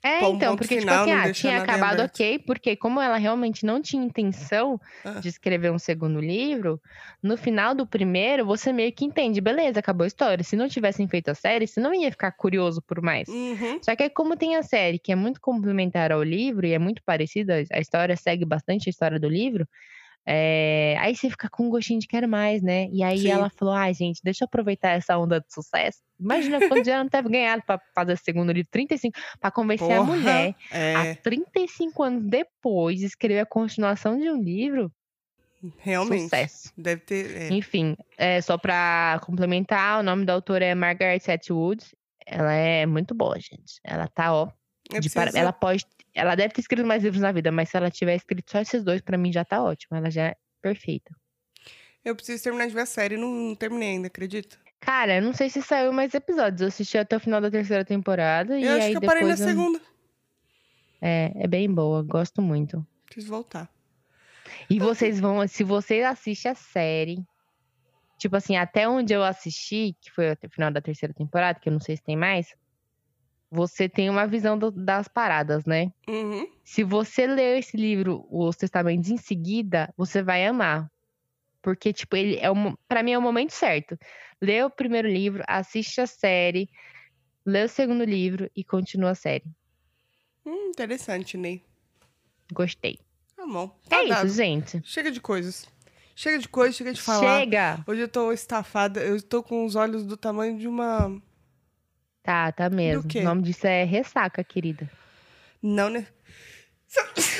[SPEAKER 1] É,
[SPEAKER 2] Pôr um
[SPEAKER 1] então,
[SPEAKER 2] ponto
[SPEAKER 1] porque,
[SPEAKER 2] final,
[SPEAKER 1] tipo
[SPEAKER 2] não
[SPEAKER 1] assim, ah,
[SPEAKER 2] deixar
[SPEAKER 1] tinha
[SPEAKER 2] nada em
[SPEAKER 1] acabado
[SPEAKER 2] aberto.
[SPEAKER 1] ok, porque como ela realmente não tinha intenção
[SPEAKER 2] Ah.
[SPEAKER 1] de escrever um segundo livro, no final do primeiro, você meio que entende, beleza, acabou a história. Se não tivessem feito a série, você não ia ficar curioso por mais.
[SPEAKER 2] Uhum.
[SPEAKER 1] Só que aí, como tem a série que é muito complementar ao livro e é muito parecida, a história segue bastante a história do livro, é, aí você fica com um gostinho de quero mais, né? E aí
[SPEAKER 2] Sim.
[SPEAKER 1] ela falou, ai gente, deixa eu aproveitar essa onda de sucesso. Imagina quando ela não teve ganhado pra fazer esse segundo livro, 35, pra convencer a
[SPEAKER 2] Porra,
[SPEAKER 1] mulher
[SPEAKER 2] É,
[SPEAKER 1] a 35 anos depois escrever a continuação de um livro,
[SPEAKER 2] realmente.
[SPEAKER 1] sucesso.
[SPEAKER 2] Deve ter. é.
[SPEAKER 1] Enfim, é, só pra complementar, o nome da autora é Margaret Atwood. Ela é muito boa, gente. Ela tá, ó,
[SPEAKER 2] É
[SPEAKER 1] de
[SPEAKER 2] preciso-
[SPEAKER 1] para- Ela pode. Ela deve ter escrito mais livros na vida, mas se ela tiver escrito só esses dois, pra mim já tá ótimo. Ela já é perfeita.
[SPEAKER 2] Eu preciso terminar de ver a série. Não, não terminei ainda, acredito.
[SPEAKER 1] Cara, eu não sei se saiu mais episódios. Eu assisti até o final da terceira temporada. e
[SPEAKER 2] eu acho
[SPEAKER 1] aí
[SPEAKER 2] que eu
[SPEAKER 1] depois
[SPEAKER 2] parei na
[SPEAKER 1] eu-
[SPEAKER 2] segunda.
[SPEAKER 1] É, é bem boa, gosto muito.
[SPEAKER 2] Preciso voltar.
[SPEAKER 1] E
[SPEAKER 2] Então
[SPEAKER 1] vocês vão. Se vocês assistem a série. Tipo assim, até onde eu assisti, que foi até o final da terceira temporada, que eu não sei se tem mais. Você tem uma visão do- das paradas, né?
[SPEAKER 2] Uhum.
[SPEAKER 1] Se você ler esse livro, Os Testamentos, em seguida, você vai amar. Porque, tipo, ele é um, para mim é o momento certo. Lê o primeiro livro, assiste a série, lê o segundo livro e continua a série.
[SPEAKER 2] Hum, interessante, Ney.
[SPEAKER 1] Gostei.
[SPEAKER 2] Tá bom. Tá
[SPEAKER 1] é
[SPEAKER 2] dado.
[SPEAKER 1] isso, gente.
[SPEAKER 2] Chega de coisas. Chega de coisas, chega de falar.
[SPEAKER 1] Chega!
[SPEAKER 2] Hoje eu tô estafada. Eu tô com os olhos do tamanho de uma.
[SPEAKER 1] Tá, tá mesmo.
[SPEAKER 2] quê?
[SPEAKER 1] O nome disso é ressaca, querida.
[SPEAKER 2] Não, né?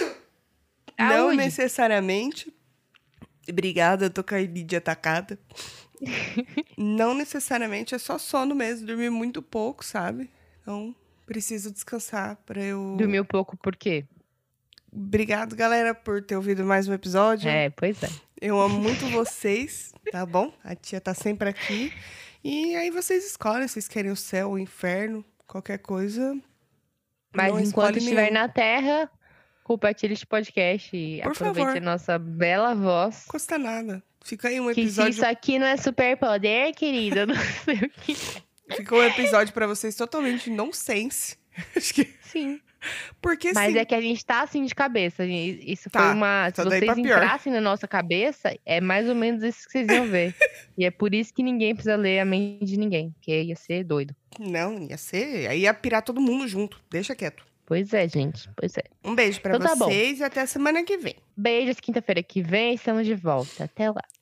[SPEAKER 2] Não
[SPEAKER 1] Saúde.
[SPEAKER 2] necessariamente. Obrigada, eu tô com a Lídia atacada. Não necessariamente, é só sono mesmo. Dormi muito pouco, sabe? Então, preciso descansar pra eu.
[SPEAKER 1] Dormiu pouco por quê?
[SPEAKER 2] Obrigado, galera, por ter ouvido mais um episódio.
[SPEAKER 1] É, pois é.
[SPEAKER 2] Eu amo muito vocês, tá bom? A tia tá sempre aqui. E aí vocês escolhem, vocês querem o céu, o inferno, qualquer coisa.
[SPEAKER 1] Mas
[SPEAKER 2] Não
[SPEAKER 1] enquanto
[SPEAKER 2] escolhe
[SPEAKER 1] estiver
[SPEAKER 2] nenhum.
[SPEAKER 1] na Terra, compartilhe este podcast e
[SPEAKER 2] Por favor.
[SPEAKER 1] aproveite a nossa bela voz.
[SPEAKER 2] Não custa nada. Fica aí um
[SPEAKER 1] Que se
[SPEAKER 2] episódio.
[SPEAKER 1] isso aqui não é superpoder, querida, eu não sei o que.
[SPEAKER 2] Fica um episódio pra vocês totalmente nonsense. Acho que.
[SPEAKER 1] Sim.
[SPEAKER 2] Porque
[SPEAKER 1] Mas
[SPEAKER 2] sim.
[SPEAKER 1] é que a gente tá assim de cabeça. gente. Isso
[SPEAKER 2] Tá,
[SPEAKER 1] foi uma. Se
[SPEAKER 2] só daí
[SPEAKER 1] vocês
[SPEAKER 2] pra pior.
[SPEAKER 1] entrassem na nossa cabeça, é mais ou menos isso que vocês iam ver. e é por isso que ninguém precisa ler a mente de ninguém, porque ia ser doido.
[SPEAKER 2] Não, ia ser. Aí ia pirar todo mundo junto. Deixa quieto.
[SPEAKER 1] Pois é, gente. Pois é.
[SPEAKER 2] Um beijo pra
[SPEAKER 1] Então tá bom.
[SPEAKER 2] vocês e até a semana que vem.
[SPEAKER 1] Beijos, quinta-feira que vem, estamos de volta. Até lá.